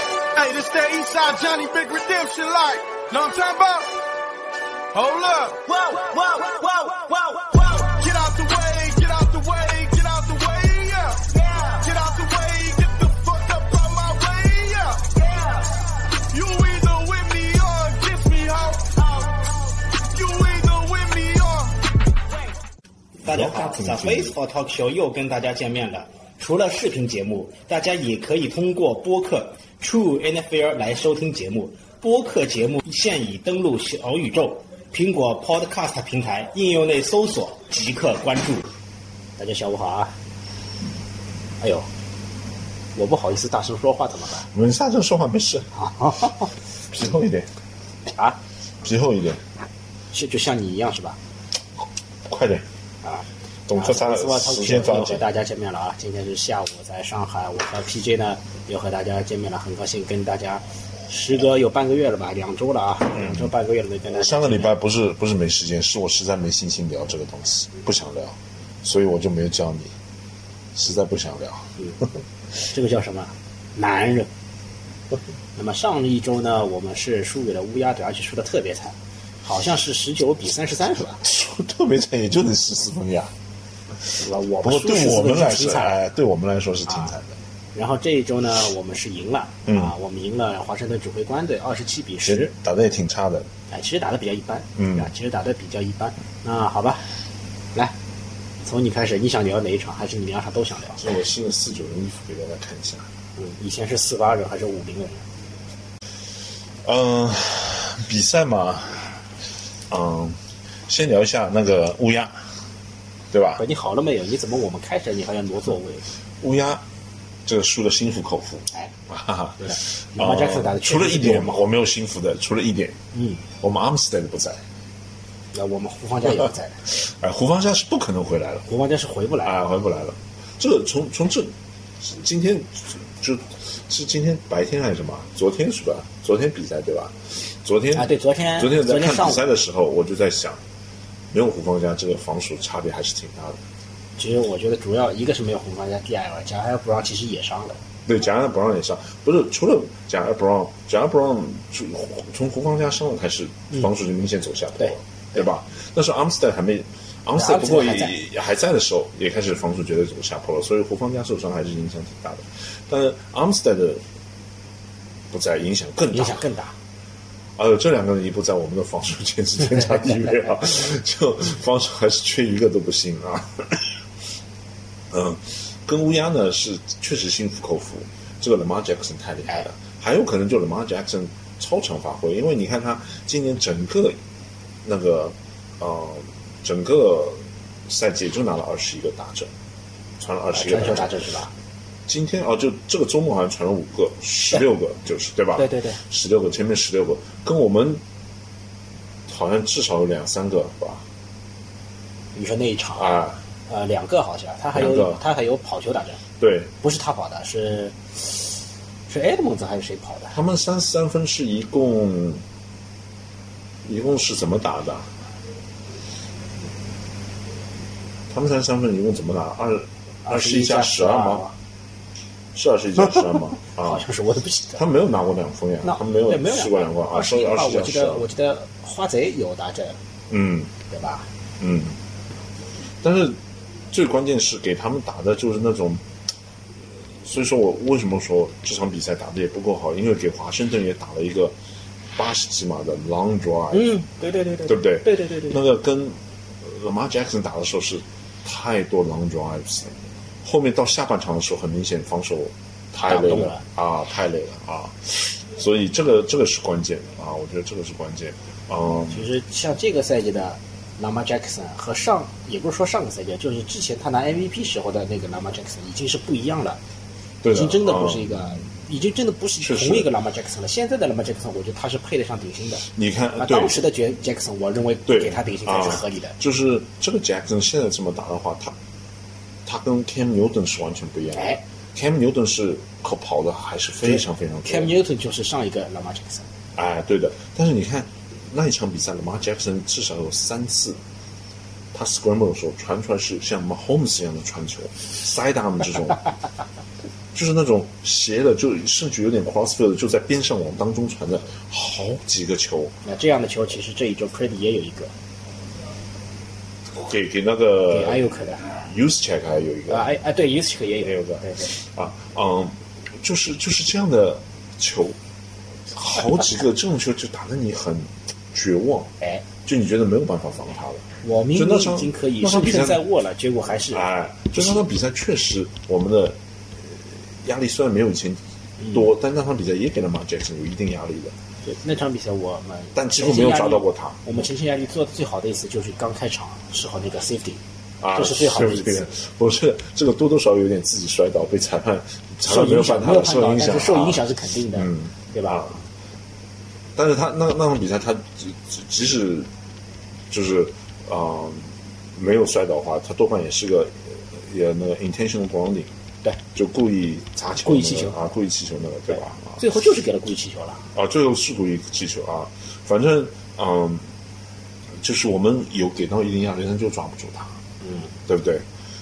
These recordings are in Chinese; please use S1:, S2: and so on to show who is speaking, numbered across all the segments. S1: It's that Eastside Johnny Big Redemption like. Know what I'm talking about? Hold up. Whoa, whoa, whoa, whoa, whoa. Get out the way, get out the way, get out the way, yeah. Yeah. Get out the way, get the fuck up out my way, yeah. Yeah. You either with me or against me, ho. You either with me or
S2: 大家好，The Face for Talk Show 又跟大家见面了。除了视频节目，大家也可以通过播客 True NFL 来收听节目。播客节目现已登录小宇宙、苹果 Podcast 平台应用内搜索即刻关注。大家下午好啊！哎呦，我不好意思大声说话怎么办？
S3: 我们大声说话没 事，皮厚一点，
S2: 啊，
S3: 皮厚一点，
S2: 就就像你一样是吧？
S3: 快点，
S2: 啊，
S3: 懂
S2: 啊
S3: 这仨
S2: ，Face for Talk
S3: 时
S2: Show
S3: 间抓
S2: 又和
S3: 紧。
S2: 大家见面了啊！今天是下午，在上海，我和 PJ 呢又和大家见面了，很高兴跟大家，时隔有半个月了吧，两周了啊，两周半个月了没跟大家见面。
S3: 嗯上个礼拜不是不是没时间，是我实在没心情聊这个东西，不想聊，所以我就没有叫你，实在不想聊。
S2: 这个叫什么？男人。 那么上一周呢，我们是输给了乌鸦队，而且输的特别惨，好像是十九比三十三是吧？
S3: 说特别惨也就能十四分呀，
S2: 是吧？呃我
S3: 不
S2: 们输
S3: 过对我们来
S2: 挺
S3: 说，
S2: 惨的。
S3: 哎，对我们来说是挺惨的。
S2: 然后这一周呢，我们是赢了、
S3: 嗯
S2: 啊，我们赢了华盛顿指挥官队二十七比
S3: 其
S2: 十
S3: 实。打得也挺差的，
S2: 哎，其实打的比较一般，
S3: 嗯
S2: 对吧？其实打的比较一般。那好吧，来，从你开始，你想聊哪一场？还是你两场都想聊？
S3: 所以我新了四九人衣服给大家看一下。
S2: 嗯，以前是四八人还是五零人？
S3: 嗯，比赛嘛，嗯，先聊一下那个乌鸦，对吧
S2: 不，？你好了没有？你怎么我们开始你还要挪座位？
S3: 乌鸦这个输的心服口服，
S2: 哎，
S3: 哈哈。
S2: 对的，你
S3: 啊
S2: 们加克打的
S3: 除了一点
S2: 嘛，
S3: 我没有心服的，除了一点，
S2: 嗯，
S3: 我们阿姆斯特丹不在，
S2: 那我们胡方家也不在了，
S3: 哎，胡方家是不可能回来了，
S2: 胡方家是回不来了。
S3: 啊，回不来了。这个从从这今天就就是今天白天还是什么？昨天是吧？昨天比赛对吧？昨天
S2: 啊对昨天
S3: 昨天我在
S2: 昨天上
S3: 看
S2: 午
S3: 比赛的时候，我就在想，没有胡方家这个防守差别还是挺大的。
S2: 其实我觉得主要一个是没有胡方家，第二个贾埃布朗其实也伤了。
S3: 对，贾尔布朗也伤，不是除了贾尔布朗，贾尔布朗从从胡方家伤了开始，
S2: 嗯
S3: 防守就明显走下坡了，对吧？但是阿姆斯特还没，阿姆斯特不过也
S2: 阿姆斯特还
S3: 也还在的时候，也开始防守觉得走下坡了，所以胡方家受伤还是影响挺大的。但是阿姆斯特的不在，影响更大，
S2: 影响更大，
S3: 哎呦，这两个人一步在我们的防守简直天差地别 啊！就防守还是缺一个都不行啊。嗯，跟乌鸦呢是确实心服口服，这个 Lamar Jackson 太厉害了，还有可能就 Lamar Jackson 超常发挥，因为你看他今年整个那个呃整个赛季就拿了二十一个打者，传了二十一个
S2: 啊传球
S3: 打
S2: 打
S3: 者
S2: 这，是吧？
S3: 今天哦，就这个周末好像传了五个、十六个，就是对吧？
S2: 对对对，
S3: 十六个，前面十六个，跟我们好像至少有两三个吧？
S2: 你说那一场，
S3: 啊，
S2: 呃，两个好像，他还
S3: 两
S2: 有
S3: 个
S2: 他还有跑球打针。
S3: 对
S2: 不是他跑的，是是 Edmonds 还是谁跑的？
S3: 他们三三分是一共一共是怎么打的？他们三三分一共怎么打？二二十一加十二吗？？是二十一加十二吗？
S2: 好
S3: 啊，
S2: 像是，我都不记得。
S3: 他没有拿过两分呀
S2: 那，
S3: 他没有
S2: 对没有
S3: 吃过两分啊，
S2: 二
S3: 所
S2: 十
S3: 以
S2: 一
S3: 二十
S2: 我
S3: 加
S2: 记
S3: 十
S2: 得
S3: 二，
S2: 我记得花贼有打针，
S3: 嗯。
S2: 对吧？
S3: 嗯，但是最关键是给他们打的就是那种，所以说我为什么说这场比赛打的也不够好，因为给华盛顿也打了一个八十几码的 long drive，、
S2: 嗯，对对对对，
S3: 对不对？
S2: 对对对对
S3: 那个跟 Lamar Jackson 打的时候是太多 long drives，了后面到下半场的时候，很明显防守太累
S2: 打不动了
S3: 啊，太累了啊，所以这个这个是关键啊，我觉得这个是关键，嗯。
S2: 其实像这个赛季的 Lama Jackson 和上也不是说上个赛季，就是之前他拿 MVP 时候的那个 Lama Jackson 已经是不一样了，
S3: 对
S2: 已
S3: 的
S2: 经真的不
S3: 嗯
S2: 是一个，已经真的不是
S3: 确实
S2: 同一个 Lama Jackson 了。现在的 Lama Jackson 我觉得他是配得上顶薪的。
S3: 你看
S2: 啊，，
S3: 呃对
S2: 当时的 Jack Jackson 我认为
S3: 对，
S2: 给他顶薪才是合理的
S3: 啊。。就是这个 Jackson 现在这么打的话，他他跟 Cam Newton 是完全不一样的。
S2: 哎
S3: Cam Newton 是可跑的还是非常非常多
S2: Cam Newton 就是上一个 Lamar Jackson，
S3: 哎，对的。但是你看那一场比赛，Lamar Jackson 至少有三次，他 scramble 的时候传出来是像 Mahomes 一样的传球，sidearm 这种就是那种斜的，就甚至有点 crossfield，就在边上往当中传的好几个球，
S2: 那这样的球其实这一周 Pretty 也有一个，
S3: 给给那
S2: 给
S3: 个
S2: i u k 的
S3: use check 还有一个
S2: 啊，哎哎，对 u s k 也有
S3: 也有个
S2: 对对，
S3: 啊，嗯，就是就是这样的球，好几个这种球就打得你很绝望，
S2: 哎，
S3: 就你觉得没有办法防他了。
S2: 我明
S3: 就那
S2: 明
S3: 场
S2: 已经可以
S3: 那场
S2: 胜
S3: 比赛
S2: 券在握了，结果还是
S3: 哎，就那场比赛确实我们的呃压力虽然没有以前多，
S2: 嗯
S3: 但那场比赛也给了马杰森有一定压力的，
S2: 对那场比赛我们
S3: 但几乎没有抓到过他。
S2: 我们前线压力做的最好的一次就是刚开场时候那个 safety，
S3: 啊，
S2: 这是最好的一
S3: 这个
S2: 次。，
S3: 我是这个多多少少有点自己摔倒，被裁判裁判
S2: 受
S3: 没有
S2: 影
S3: 判
S2: 响，
S3: 他
S2: 没有
S3: 的
S2: 判到，
S3: 影
S2: 但
S3: 响
S2: 是，受影
S3: 啊
S2: 响是肯定的，
S3: 嗯
S2: 对吧？
S3: 啊但是他那那场比赛，他即即即使就是啊、呃没有摔倒的话，他多半也是个也那个 intentional grounding，
S2: 对，
S3: 就故意砸球那个，
S2: 故意气球
S3: 啊，故意气球那个，对吧？啊
S2: 最后就是给了故意气球了，
S3: 啊，最后是故意气球啊，反正嗯、就是我们有给到一定压力，但就抓不住他，
S2: 嗯，
S3: 对不对？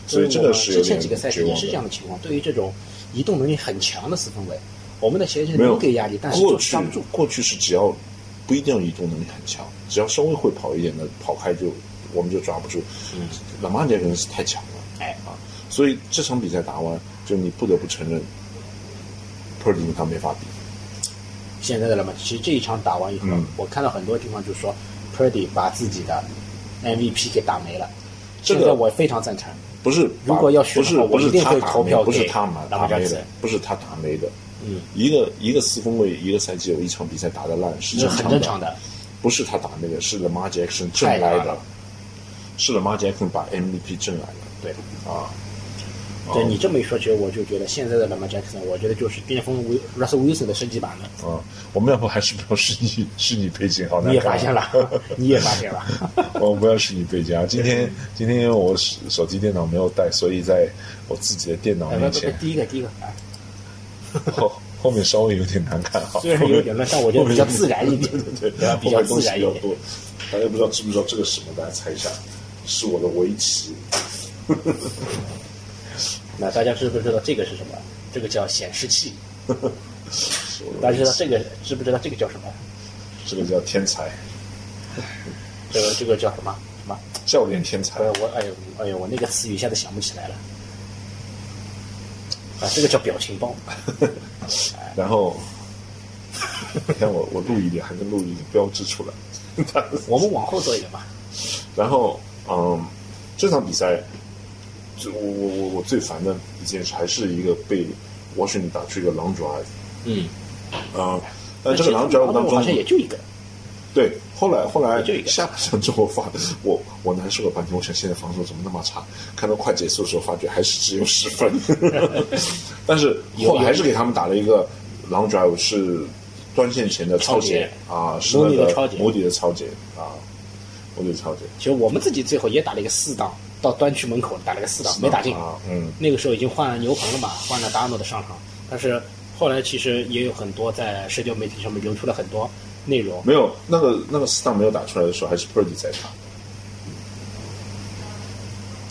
S3: 所以这
S2: 我
S3: 个
S2: 们
S3: 是有
S2: 之前
S3: 点
S2: 几个赛季
S3: 绝
S2: 也
S3: 望
S2: 是这样
S3: 的。
S2: 的情况。对于这种移动能力很强的四分卫，我们的前线
S3: 没有
S2: 能给压力，但是
S3: 过
S2: 就
S3: 去
S2: 抓不住。
S3: 过去是只要不一定要移动能力很强，只要稍微会跑一点的跑开就我们就抓不住。
S2: 嗯，
S3: 老马这个人是太强了，
S2: 哎，
S3: 啊，所以这场比赛打完，就你不得不承认，普尔迪尼他没法比。
S2: 现在的了嘛，其实这一场打完以后，
S3: 嗯
S2: 我看到很多地方就说 Purdy 把自己的 MVP 给打没了。
S3: 这个
S2: 现在我非常赞成，
S3: 不是把，
S2: 如果要选
S3: 不是
S2: 的话
S3: 不是
S2: 我一定
S3: 他
S2: 会
S3: 打
S2: 投
S3: 没
S2: 票
S3: 不是
S2: 给
S3: 他嘛
S2: 拉
S3: 打
S2: 马加
S3: 没
S2: 斯
S3: 的，不是他打没的。
S2: 嗯，
S3: 一个一个四分卫一个赛季有一场比赛打得烂是
S2: 这
S3: 正
S2: 是很
S3: 常
S2: 正常的。
S3: 不是他打那个，是 Lamar Jackson 挣
S2: 太
S3: 来
S2: 难
S3: 的
S2: 了，
S3: 是 Lamar Jackson 把 MVP 挣来的
S2: 对，
S3: 啊。哦
S2: 对你这么一说，其实我就觉得现在的 Lamar Jackson，我觉得就是巅峰 Wil- Russell Wilson 的升级版了。
S3: 啊，我们要不还是不要是你是你背景好难
S2: 你
S3: 看啊
S2: 也发现了， 你也发现了。
S3: 我不要是你背景啊！今天今天因为我手手机电脑没有带，所以在我自己的电脑
S2: 哎，
S3: 面
S2: 不不
S3: 前
S2: 不，第一个第一个，哎
S3: 哦后后面稍微有点难看哈。
S2: 虽然有点乱，但我觉得比较自然一点，
S3: 对
S2: 吧？比较自然一
S3: 后
S2: 点。
S3: 面东西比较多。大家不知道知不知道这个是什么？大家猜一下，是我的围棋。
S2: 那大家知不知道这个是什么？这个叫显示 器。
S3: 是我的
S2: 大家
S3: 围
S2: 知道
S3: 棋
S2: 这个知不知道这个叫什么？
S3: 这个叫天才，
S2: 这个这个叫什么？什么？
S3: 教练天才
S2: 哎，我哎呦哎呦，我那个词语一下子想不起来了。啊，这个叫表情包。
S3: 然后，你看我我录一点，还能录一点标志出来。
S2: 我们往后做一个吧。
S3: 然后，嗯，这场比赛，就我我我我最烦的一件事，还是一个被 Washington 打出一个 long drive，
S2: 嗯，
S3: 啊、但这个 long drive 当
S2: 好像
S3: 中，
S2: 也就一个。
S3: 对，后来后来
S2: 也就一个
S3: 下半场之后发，我我难受了半天，我想现在防守怎么那么差？看到快结束的时候，发觉还是只有十 分，但是后来还是给他们打了一个 long drive，是端线前的超节啊，是那
S2: 摩底
S3: 个
S2: 的超节
S3: 摩底的超节啊，摩底的超节。
S2: 其实我们自己最后也打了一个四档，到端区门口打了个四档，没打进。
S3: 啊，嗯，
S2: 那个时候已经换牛棚了嘛，换了达诺的上场，但是后来其实也有很多在社交媒体上面流出了很多内容。
S3: 没有，那个那个四档没有打出来的时候，还是 Purdy 在打，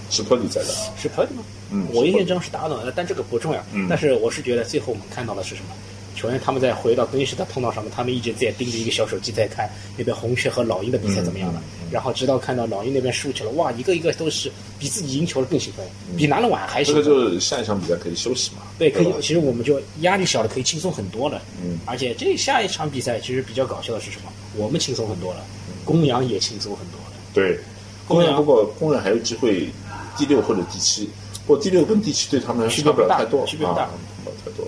S3: 是 Purdy 在打。
S2: 是 p u r d 吗？
S3: 嗯
S2: 我
S3: 是 Purdy
S2: 印象中是达诺，但这个不重要。
S3: 嗯
S2: 但是我是觉得最后我们看到的是什么？球员他们在回到更衣室的通道上面，他们一直在盯着一个小手机在看那边红雀和老鹰的比赛怎么
S3: 嗯
S2: 样了。然后直到看到老鹰那边输球了，哇，一个一个都是比自己赢球了更兴奋，比拿了碗还
S3: 嗯这
S2: 兴
S3: 个
S2: 奋。
S3: 就是下一场比赛可以休息嘛？
S2: 对，可以
S3: 吧，
S2: 其实我们就压力小了，可以轻松很多了。
S3: 嗯，
S2: 而且这下一场比赛其实比较搞笑的是什么？我们轻松很多了，
S3: 嗯
S2: 公羊也轻松很多了。
S3: 对。公
S2: 公啊
S3: 然
S2: 羊
S3: 不过公然还有机会第六或者第七，不过第六跟第七对他们来说差不了太多，
S2: 区别不大
S3: 啊，差不了太多。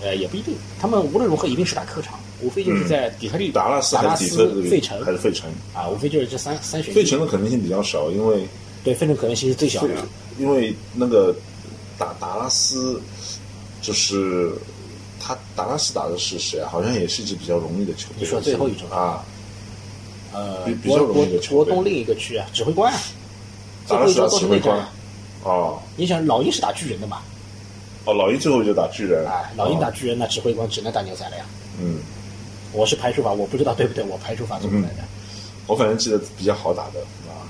S2: 呃，也不一定，他们无论如何一定是打客场，无非就是在底特律、
S3: 达嗯拉斯
S2: 达
S3: 还
S2: 拉
S3: 是底特
S2: 斯、
S3: 律
S2: 费城
S3: 还是费城？
S2: 啊，无非就是这三三选一。
S3: 费城的可能性比较少，因为
S2: 对费城可能性是最小
S3: 费
S2: 的。
S3: 因为那个打达拉斯就是他达拉斯打的是谁啊？好像也是一支比较容易的球队。
S2: 你说最后一周
S3: 啊？
S2: 呃
S3: 比，比较
S2: 国
S3: 容
S2: 国
S3: 易的球队
S2: 国东另一个区啊，指挥官啊，最
S3: 达拉
S2: 后一
S3: 斯
S2: 周
S3: 打
S2: 都
S3: 指
S2: 是
S3: 挥
S2: 那
S3: 官
S2: 个。
S3: 哦
S2: 你想老鹰是打巨人的嘛？
S3: 哦，老鹰最后就打巨人
S2: 啊，老鹰打
S3: 哦
S2: 巨人，那指挥官只能打牛仔了呀。
S3: 嗯，
S2: 我是排除法，我不知道对不对，我排除法做出来的。
S3: 嗯我反正记得比较好打的啊，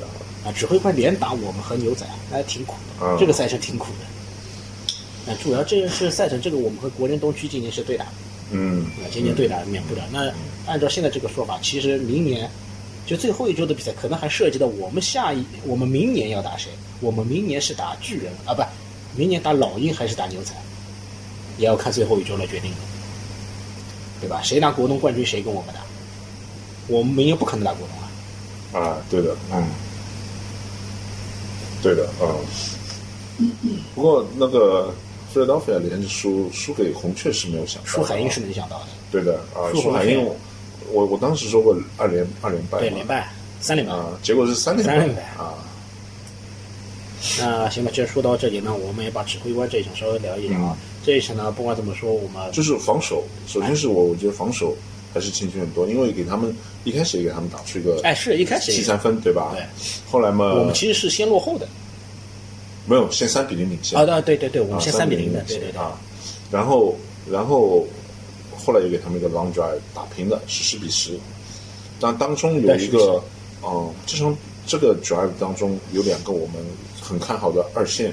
S3: 然后
S2: 啊啊，指挥官连打我们和牛仔，那挺苦的，
S3: 嗯
S2: 这个赛程挺苦的。那主要这是赛程，这个我们和国联东区今年是对打，
S3: 嗯
S2: 啊，今年对打免不了。那按照现在这个说法，其实明年就最后一周的比赛，可能还涉及到我们下一，我们明年要打谁？我们明年是打巨人啊，不，明年打老鹰还是打牛仔，也要看最后一周来决定的，对吧？谁拿国东冠军，谁跟我们打？我们明年不可能打国东啊。
S3: 啊，对的，嗯，对的，嗯。不过那个费尔 l 菲亚连输输给红雀是没有想到的，
S2: 输海鹰是能想到的，
S3: 对的啊，
S2: 输
S3: 输
S2: 红
S3: 海
S2: 雀
S3: 鹰，我我当时说过二连二连败嘛，
S2: 对，连败，三连败。
S3: 啊，结果是三连
S2: 三连败
S3: 啊，
S2: 那行吧，这说到这里呢，我们也把指挥官这一场稍微聊一聊啊。这一场呢，不管怎么说，我们
S3: 嗯就是防守，首先是我我觉得防守还是欠缺很多，因为给他们一开始也给他们打出一个
S2: 哎是一开始也
S3: 七三分对吧？
S2: 对，
S3: 后来嘛，
S2: 我们其实是先落后的
S3: 没有先三比零领先
S2: 啊，对对对，我
S3: 啊
S2: 们先
S3: 3
S2: 三
S3: 比
S2: 比零的，对
S3: 领
S2: 对
S3: 先
S2: 对，
S3: 啊，然后然后后来又给他们一个 long drive 打平了，是十比十，但当中有
S2: 对
S3: 一
S2: 10比10
S3: 个嗯，这场这个 drive 当中有两个我们很看好的二线，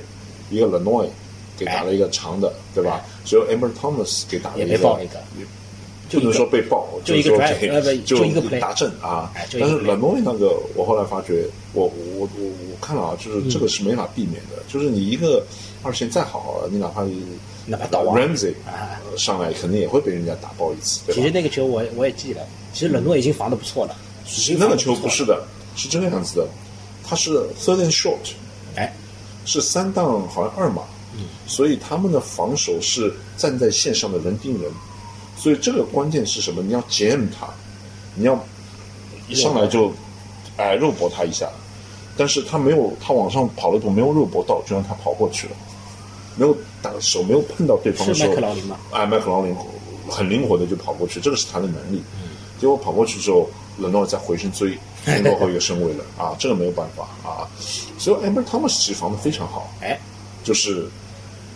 S3: 一个 l e n o i 给打了一个长的，对吧？只有 Amber Thomas 给打了
S2: 也
S3: 一
S2: 被
S3: 个，
S2: 爆了一个，就
S3: 不
S2: 一个
S3: 能说被爆，
S2: 就一
S3: 是
S2: 个
S3: 说
S2: drive，
S3: 给
S2: 呃不
S3: 就
S2: 就一个 play
S3: 达阵啊
S2: 哎。就一
S3: 但
S2: 个
S3: 是
S2: play
S3: 冷诺伊那个，我后来发觉，我我我我看了啊，就是这个是没法避免
S2: 嗯
S3: 的，就是你一个二线再好，你哪怕你
S2: 哪怕倒啊
S3: Ramsey
S2: 啊
S3: 呃上来，肯定也会被人家打爆一次，
S2: 其实
S3: 对吧？
S2: 那个球我我也记得，其实冷诺已经防的不错了，
S3: 其实那个球不是的，是这个样子的，他是 third and short，
S2: 哎，
S3: 是三档好像二码，所以他们的防守是站在线上的人盯人，所以这个关键是什么？你要 jam 他，你要一上来就哎肉搏他一下，但是他没有，他往上跑了一步没有肉搏到，就让他跑过去了，没有打手没有碰到对方的
S2: 是
S3: 时候，
S2: 麦克劳林吗？
S3: 哎，麦克劳林很灵活的就跑过去，这个是他的能力。结果跑过去之后，冷诺再回身追，追落后一个身位了啊，这个没有办法啊。所以 Amber Thomas 其实防的非常好，
S2: 哎，
S3: 就是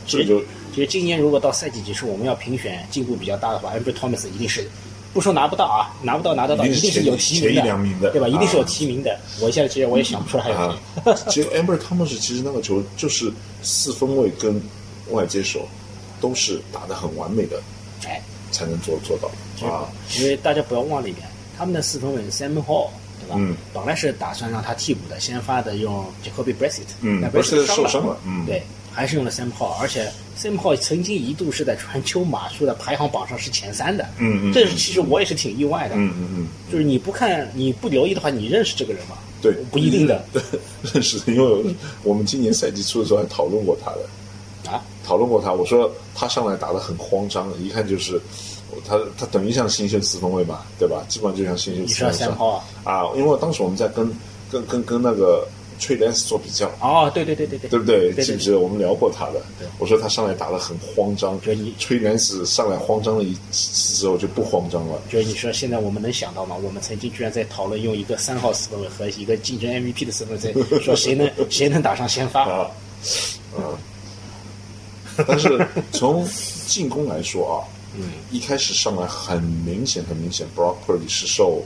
S3: 这个就
S2: 其实今年如果到赛季结束，我们要评选进步比较大的话 a n d r e Thomas 一定是，不说拿不到啊，拿不到拿得到，
S3: 一定
S2: 一定是
S3: 是前
S2: 有提名
S3: 前一两名的
S2: 对吧？一定是有
S3: 啊
S2: 提名的。我现在其实我也想不出来还有谁
S3: 啊。，其实 Amber Thomas 其实那个球就是四分卫跟外接手都是打得很完美的，
S2: 哎，
S3: 才能做做到啊。
S2: 因为大家不要忘了一点，他们的四分卫 Sam Hall 对吧？
S3: 嗯
S2: 本来是打算让他替补的，先发的用 Jacoby Brissett，
S3: 嗯
S2: 那
S3: Brissett
S2: Brissett
S3: 受伤了
S2: 了，
S3: 嗯
S2: 对，还是用了 Sam Hall，而且 Sam Hall 曾经一度是在传球码数的排行榜上是前三的，
S3: 嗯嗯
S2: 这是其实我也是挺意外的，
S3: 嗯嗯嗯，
S2: 就是你不看你不留意的话，你认识这个人吗？
S3: 对，
S2: 不一定的，
S3: 认识的，因为我们今年赛季初的时候还讨论过他的。
S2: 啊，
S3: 讨论过他，我说他上来打得很慌张，一看就是他他等于像新秀四分卫嘛，对吧？基本上就像新秀
S2: 你
S3: 四
S2: 是
S3: 分
S2: 要
S3: 卫
S2: 三
S3: 上
S2: 号啊？
S3: 啊，因为当时我们在跟跟跟跟那个 t r a d e S 做比较，
S2: 哦，对对对对对，
S3: 对不对？
S2: 对
S3: 记
S2: 对
S3: 不记得我们聊过他的
S2: 对？
S3: 我说他上来打得很慌张
S2: 对你
S3: 崔元子上来慌张了一次之后就不慌张了。
S2: 就是你说现在我们能想到吗？我们曾经居然在讨论用一个三号四分卫和一个竞争 MVP 的四分卫，在说谁能 谁能打上先发？
S3: 啊，嗯，但是从进攻来说啊，嗯，一开始上来很明显，很明显，Brock Purdy 是受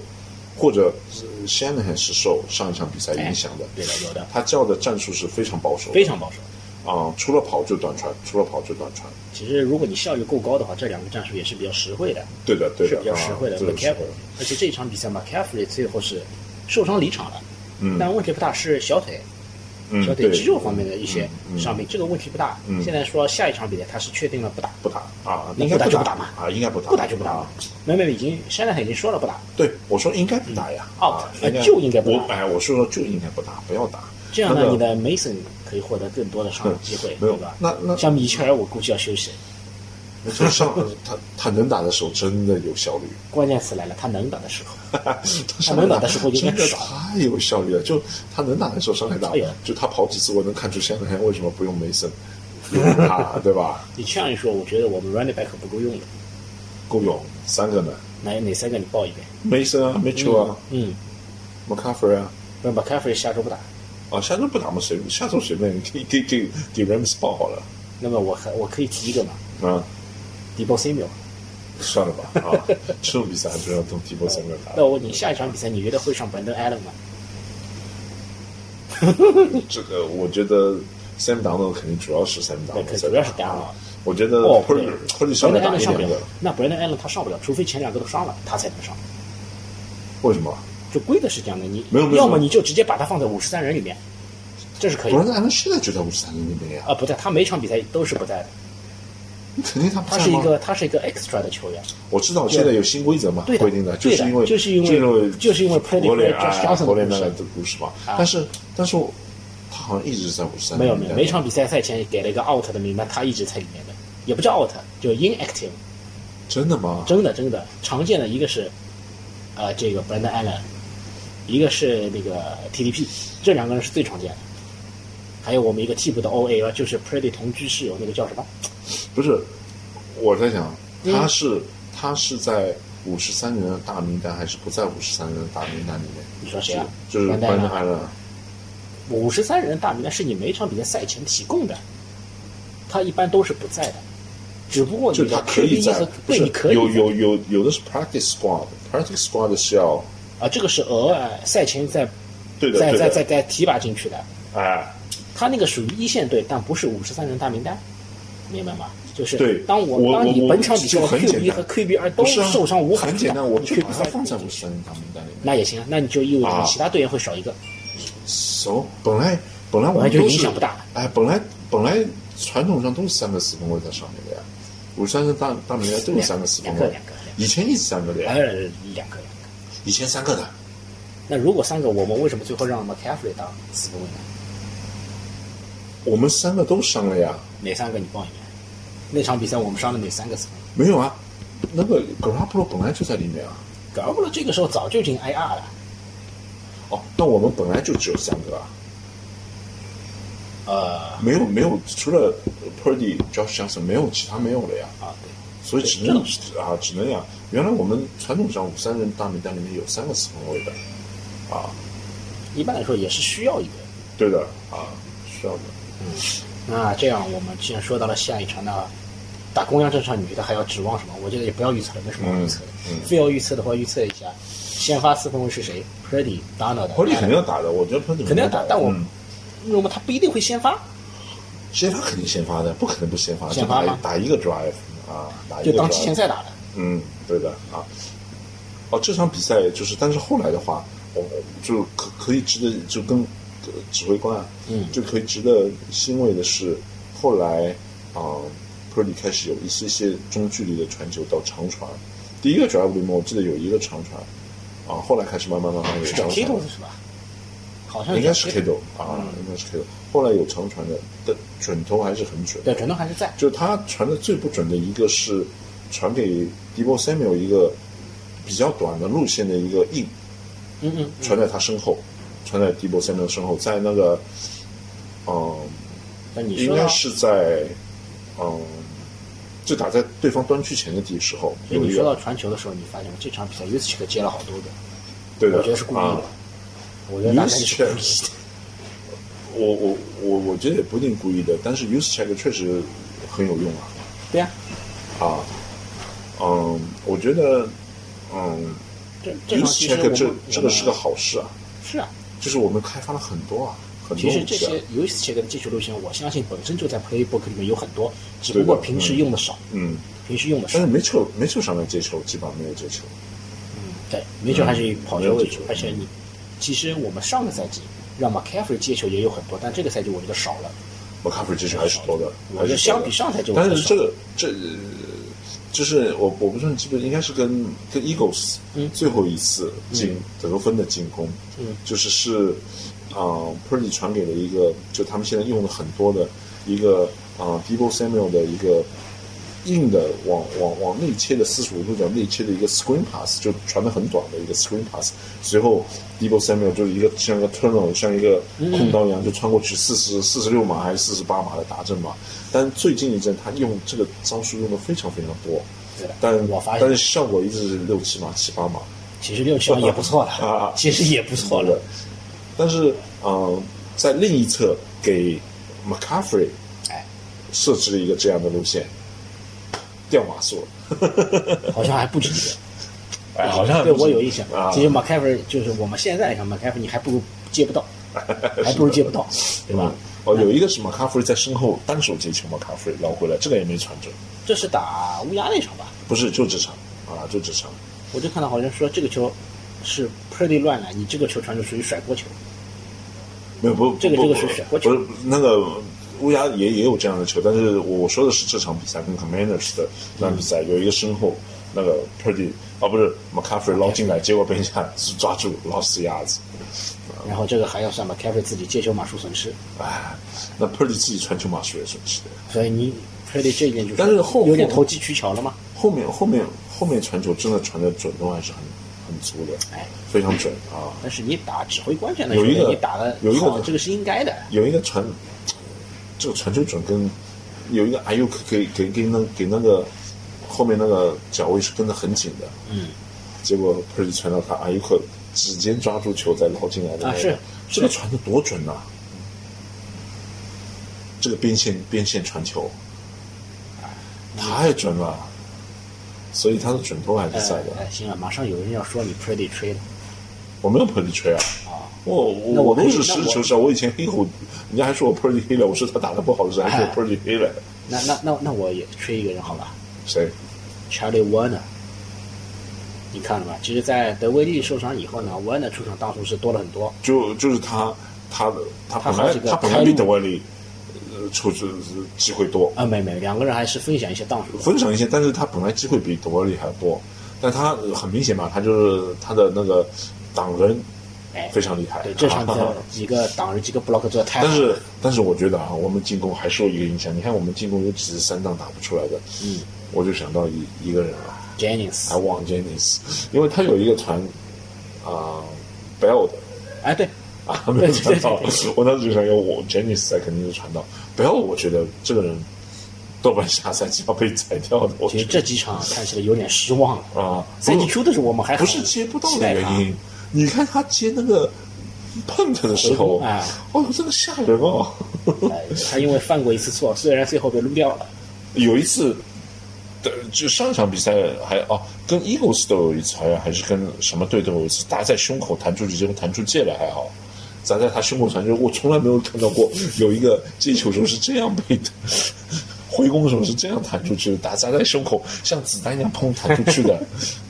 S3: 或者呃 Shanahan 是受上一场比赛影响的，
S2: 对的，有的
S3: 他叫的战术是非常保守的，
S2: 非常保守。
S3: 啊、除了跑就短传，除了跑就短传，
S2: 其实如果你效率够高的话，这两个战术也是比较实惠的，
S3: 对的，对
S2: 是
S3: 的，
S2: 比较实惠的。
S3: 啊、对的
S2: McCaffrey，而且这一场比赛 McCaffrey 最后是受伤离场了，
S3: 嗯
S2: 但问题不大，是小腿。
S3: 嗯，
S2: 小腿
S3: 对
S2: 肌肉方面的一些伤病，这个问题不大。
S3: 嗯
S2: 现在说下一场比赛他是确定了不打，
S3: 不打啊，
S2: 那
S3: 应该
S2: 不打就不
S3: 打
S2: 打嘛
S3: 啊，应该不打，
S2: 不打就不打了
S3: 啊。
S2: 没没，没已经山大海已经说了不打，
S3: 对，我说应该不打呀，
S2: 嗯
S3: 啊
S2: out，，
S3: 应该
S2: 就应该不打
S3: 我哎，我是说就应该不打，不要打。
S2: 这样
S3: 那
S2: 呢，
S3: 个
S2: 你的 Mason 可以获得更多的上场机会，
S3: 没有
S2: 对吧？
S3: 那那
S2: 像米切尔，我估计要休息。
S3: 就上他他能打的时候真的有效率，
S2: 关键词来了，他能打的时候，
S3: 他上来
S2: 能打的时候就应该
S3: 真的
S2: 爽
S3: 太有效率了。就他能打的时候上来打
S2: 哎呀，
S3: 就他跑几次我能看出香港人为什么不用梅 森，用他对吧？
S2: 你这样一说，我觉得我们 running back 不够用了。
S3: 够用三个呢，
S2: 哪哪三个你报一遍？
S3: 梅森啊，Mitchell 啊
S2: 嗯，
S3: ，McCaffrey 啊，
S2: 那 McCaffrey 下周不打，
S3: 啊，下周不打嘛，随下周随便给给给给 Rams 报好了，
S2: 那么我还我可以提一个嘛
S3: 啊，
S2: ，Debo Samuel。
S3: 算了 吧啊，这种比赛还是要动 t i b o 三个打
S2: 那。我问你，下一场比赛你觉得会上 Brandon Allen 吗？
S3: 这个我觉得 Sam Darnold 肯定主要是 Sam
S2: 对
S3: Darnold，
S2: 可主哦要是 d a m
S3: 我觉得
S2: 哦
S3: p u r d p u r d 稍
S2: Brandon
S3: 微
S2: Allen
S3: 打一
S2: 上不
S3: 点
S2: 了
S3: 的，，
S2: 那 Brandon Allen 他上不了，除非前两个都上了，他才能上。
S3: 为什么？
S2: 就规则是这样的，你
S3: 没有没有
S2: 要么
S3: 没有
S2: 你就直接把他放在五十三人里面，这是可以
S3: b
S2: 的。
S3: r a n d a l l 现在就在五十三人里面呀
S2: 啊、，不在，他每场比赛都是不在的，
S3: 肯定他不
S2: 他
S3: 在
S2: 是一
S3: 吗？
S2: 个他是一个 extra 的球员。
S3: 我知道现在有新规则嘛，
S2: 对的
S3: 规定的，
S2: 对的
S3: 是因为
S2: 就
S3: 就是
S2: 因为
S3: 为
S2: 就是因为 Pretty
S3: 国联
S2: Boy Josh
S3: 啊
S2: Johnson
S3: 国联
S2: 的
S3: 那
S2: 故事啊
S3: 个的故事嘛，但是但是我他好像一直在五十三，
S2: 没有没有，每场比赛赛前给了一个 out 的名单，他一直在里面的，也不叫 out，就 inactive。
S3: 真的吗？
S2: 真的真的，常见的一个是，呃，这个 Brandon Allen，一个是那个 TDP，这两个人是最常见的。还有我们一个替补的 OA，就是 Pretty 同居室友那个叫什么？
S3: 不是，我在想
S2: 嗯
S3: 他是他是在五十三人的大名单，还是不在五十三人的大名单里面？
S2: 你说谁啊？
S3: 就是
S2: 班
S3: 班
S2: 纳
S3: 纳海勒，
S2: 五十三人大名单是你每场比赛赛前提供的，他一般都是不在的，只不过
S3: 就
S2: 你
S3: 是他
S2: 的
S3: 可以
S2: QB
S3: 在
S2: 和，
S3: 不
S2: 对，
S3: 是
S2: 你可以
S3: 有
S2: 在
S3: 有有有的是 practice squad，practice squad 是要
S2: 啊，这个是额外赛前再
S3: 对的
S2: 再
S3: 对
S2: 再
S3: 的
S2: 再再提拔进去的，
S3: 哎。
S2: 他那个属于一线队，但不是五十三人大名单，明白吗？就是
S3: 对
S2: 当
S3: 我
S2: 当你
S3: 我
S2: 本场比赛
S3: 就
S2: 的
S3: 很简
S2: QB
S3: 单
S2: 和 QB2 都
S3: 不是啊
S2: 受伤无法
S3: 很
S2: 出
S3: 简
S2: 场
S3: 单，我
S2: 你
S3: 就把它
S2: QB3
S3: 放在五十三人大名单里面。
S2: 那也行啊，那你就意味着
S3: 啊
S2: 你其他队员会少一个，
S3: 熟，本来本来我
S2: 本来
S3: 们
S2: 就
S3: 都
S2: 影
S3: 是
S2: 响不大
S3: 哎，本来本来传统上都是三个四分卫在上面的呀，五十三人大大名单都有三个四分
S2: 两个
S3: 卫
S2: 两个两，
S3: 以前一直三个的呀
S2: 呃，，两个。
S3: 以前三个的，
S2: 那如果三个，我们为什么最后让 McCaffrey 当四分卫呢？
S3: 我们三个都伤了呀，
S2: 哪三个你报一遍？那场比赛我们伤了哪三个四分卫？
S3: 没有啊，那个格拉布罗本来就在里面啊，
S2: 格尔布罗这个时候早就已经 IR 了，
S3: 哦，那我们本来就只有三个啊，
S2: 呃
S3: 没有没有，除了 Purdy、Josh Johnson 没有其他没有了呀，
S2: 啊对，
S3: 所以只
S2: 对
S3: 能啊，只能呀。原来我们传统上五三人大名单里面有三个四分卫的，啊，
S2: 一般来说也是需要一个。
S3: 对的啊，需要的。
S2: 那这样，我们既然说到了下一场呢，打公羊这场，你觉得还要指望什么？我觉得也不要预测了，没什么好预测的。
S3: 嗯
S2: 非要预测的话，预测一下，先发四分卫是谁？Pretty、Donald、
S3: 普利肯定要打的，我觉得普利
S2: 肯定要打，但我
S3: 嗯
S2: 认为他不一定会先发，
S3: 先发肯定先发的，不可能不先发，
S2: 先发
S3: 就
S2: 吗
S3: 打打一个 drive 啊，打一
S2: 就
S3: 个
S2: 当季前
S3: drive，
S2: 赛打的。
S3: 嗯，对的啊。哦，这场比赛就是，但是后来的话，我我就可可以值得就跟呃指挥官啊，
S2: 嗯
S3: 就可以值得欣慰的是，后来啊，普利开始有一些些中距离的传球到长传，第一个 drive 里面我记得有一个长传，啊，后来开始慢慢慢慢有
S2: 是
S3: 长
S2: 叫
S3: 传
S2: k i d
S3: 了
S2: o 是吧？好像
S3: 应该是
S2: k i d
S3: Kido 啊，应该是 Kido。后来有长传的，但准头还是很准。
S2: 对，准头还是在。
S3: 就他传的最不准的一个是传给 Debo Samuel 一个比较短的路线的一个硬，
S2: 嗯嗯，
S3: 传在他身后，传在 Debo Samuel 身后，在那个嗯、
S2: 那你
S3: 应
S2: 说啊
S3: 该
S2: 呢？
S3: 是在嗯、就打在对方端区前的地时候
S2: 所以
S3: 有
S2: 你
S3: 一
S2: 说到
S3: 个
S2: 传球的时候，你发现吗？这场比赛 u s c h 接了好多个，
S3: 对的
S2: 我觉得是故意
S3: 啊
S2: 的。我觉得大概是
S3: Juszczyk
S2: 故意的。
S3: 我我我我觉得也不一定故意的，但是 Use Check 确实很有用啊。
S2: 对呀、
S3: 啊，嗯，我觉得，嗯
S2: 这这场
S3: use
S2: 其实
S3: check
S2: 我
S3: 这
S2: 们
S3: 这个是个好事啊，
S2: 是啊。
S3: 就是我们开发了很多啊，很
S2: 其
S3: 多
S2: 实
S3: 武
S2: 这
S3: 器啊
S2: 些，尤其是这个技术路线，我相信本身就在 Playbook 里面有很多，只不过
S3: 对的
S2: 平时用的少，
S3: 嗯，
S2: 平时用的少
S3: 但是。没球没球上面接球，基本上没有接球，
S2: 对，没球还是以跑球为主
S3: 嗯，
S2: 而且你其实我们上个赛季让 McCaffrey 接球也有很多，但这个赛季我觉得少了。
S3: 我 cover 接球还是多的，
S2: 我觉
S3: 还是
S2: 得相
S3: 多的
S2: 比上赛季，我
S3: 但
S2: 觉得
S3: 是
S2: 少
S3: 这个这就是我我不是很记得，应该是跟跟 Eagles
S2: 嗯
S3: 最后一次进得分的进攻，
S2: 嗯
S3: 就是是啊、呃 Purdy 传给了一个，就他们现在用的很多的一个啊、呃、Debo Samuel 的一个硬的往往往内切的四十五度角内切的一个 screen pass，就传的很短的一个 screen pass，随后 Debo Samuel 就一个像一个 turn 像一个空刀一样就穿过去四十四十六码还是四十八码的达阵嘛。但最近一阵他用这个招数用的非常非常多，
S2: 对的
S3: 但
S2: 我发
S3: 但
S2: 现
S3: 是效果一直是六七码七八码。
S2: 其实六七也不错了
S3: 啊，
S2: 其实也不错了。
S3: 但是，嗯、在另一侧给 McCaffrey
S2: 哎，
S3: 设置了一个这样的路线，掉马索，
S2: 好像还不止一个。
S3: 哎，好像
S2: 对我有印象。
S3: 啊，
S2: 其实 McCaffrey 就是我们现在来看 McCaffrey，你还不如接不到，还不如接不到，对吧？
S3: 哦，有一个是马卡弗里在身后单手接球，马卡弗里捞回来，这个也没传准，
S2: 这是打乌鸦那场吧？
S3: 不是就这场啊，就这场。
S2: 我就看到好像说这个球是 pretty 乱来，你这个球传出属于甩锅球。
S3: 没有不，
S2: 这个
S3: 不
S2: 这个
S3: 不
S2: 是选过
S3: 不
S2: 球
S3: 是那个乌鸦也也有这样的球，但是我说的是这场比赛跟 Commanders 的那场比赛、有一个身后那个 Purdy 啊不是 McCaffrey 捞进来，结果被人家抓住捞死鸭子，
S2: 然后这个还要算 McCaffrey 自己接球码数损失，
S3: 哎，那 Purdy 自己传球码数也损失的，
S2: 所以你 pretty 这一点就是，
S3: 但是后
S2: 有点
S3: 后
S2: 投机取巧了吗？
S3: 后面后面后面传球真的传的准度还是很很足的，
S2: 哎
S3: 非常准啊。
S2: 但是你打指挥官这样的球
S3: 有一
S2: 队，
S3: 个
S2: 你打的
S3: 有一个
S2: 好，这个是应该的。
S3: 有一个传，这个传球准跟有一个哎呦，给给给那给那个后面那个脚位是跟得很紧的，嗯，结果佩里传到他哎呦，克指尖抓住球再捞进来的那个、
S2: 啊是
S3: 这个传的多准呐、这个边线边线传球
S2: 嗯
S3: 太准了，所以他的准头还是
S2: 呃
S3: 在的。
S2: 呃，行了，马上有人要说你 pretty 吹了。
S3: 我没有 p u r d y 吹啊，我
S2: 那我
S3: 我我
S2: 可以
S3: 都是实事求是啊。我以前黑虎，人家还说我 p u r d y 黑了， 我说他打得不好，是还说我 p u r d y 黑了。
S2: 那那那那我也吹一个人好吧
S3: 谁？
S2: ，Charlie Warner。你看了吧？其实，在德威利受伤以后呢，Warner 出场档数是多了很多。
S3: 就就是他，他的他
S2: 他
S3: 本
S2: 好
S3: 来
S2: 几个
S3: 他本
S2: 开
S3: 来
S2: 路
S3: 比德怀利，呃，出出机会多，
S2: 啊，没没，两个人还是分享一些档数的。
S3: 分享一些，但是他本来机会比德怀利还要多，但他呃很明显嘛，他就是他的那个挡人
S2: 哎，
S3: 非常厉害。
S2: 对，这 场
S3: 哈哈
S2: 的几个挡人、几个 block 做的太好
S3: 但
S2: 了。
S3: 是但是我觉得啊，我们进攻还受一个影响。你看我们进攻有几十三档打不出来的，嗯，我就想到一一个人啊，还
S2: Jennings，
S3: 忘 Jennings，因为他有一个传啊、Bell 的
S2: 哎，对，
S3: 啊，没有传到
S2: 对对对，
S3: 我当时就想要我 Jennings 在肯定是传到 Bell，我觉得这个人豆瓣下赛季要被裁掉的，我
S2: 其
S3: 觉
S2: 实这
S3: 得
S2: 几场看起来有点失望了。
S3: 啊，
S2: 赛季
S3: 不
S2: 初的时候我们还
S3: 不
S2: 很
S3: 是接不到
S2: 期
S3: 的
S2: 待
S3: 原
S2: 他
S3: 因，你看他接那个 punt 的时
S2: 回
S3: 候，
S2: 攻哎
S3: 哦，这个吓人哦。
S2: 哎他因为犯过一次错，虽然最后被撸掉了。
S3: 有一次，对，就上一场比赛还哦，跟 Eagles 都有一次，好像还是跟什么队都有一次，打在胸口弹出去，结果弹出界了，还好。砸在他胸口传球，我从来没有看到过有一个接球时候是这样被 回攻的时候是这样弹出去的，打砸在胸口像子弹一样砰弹出去的，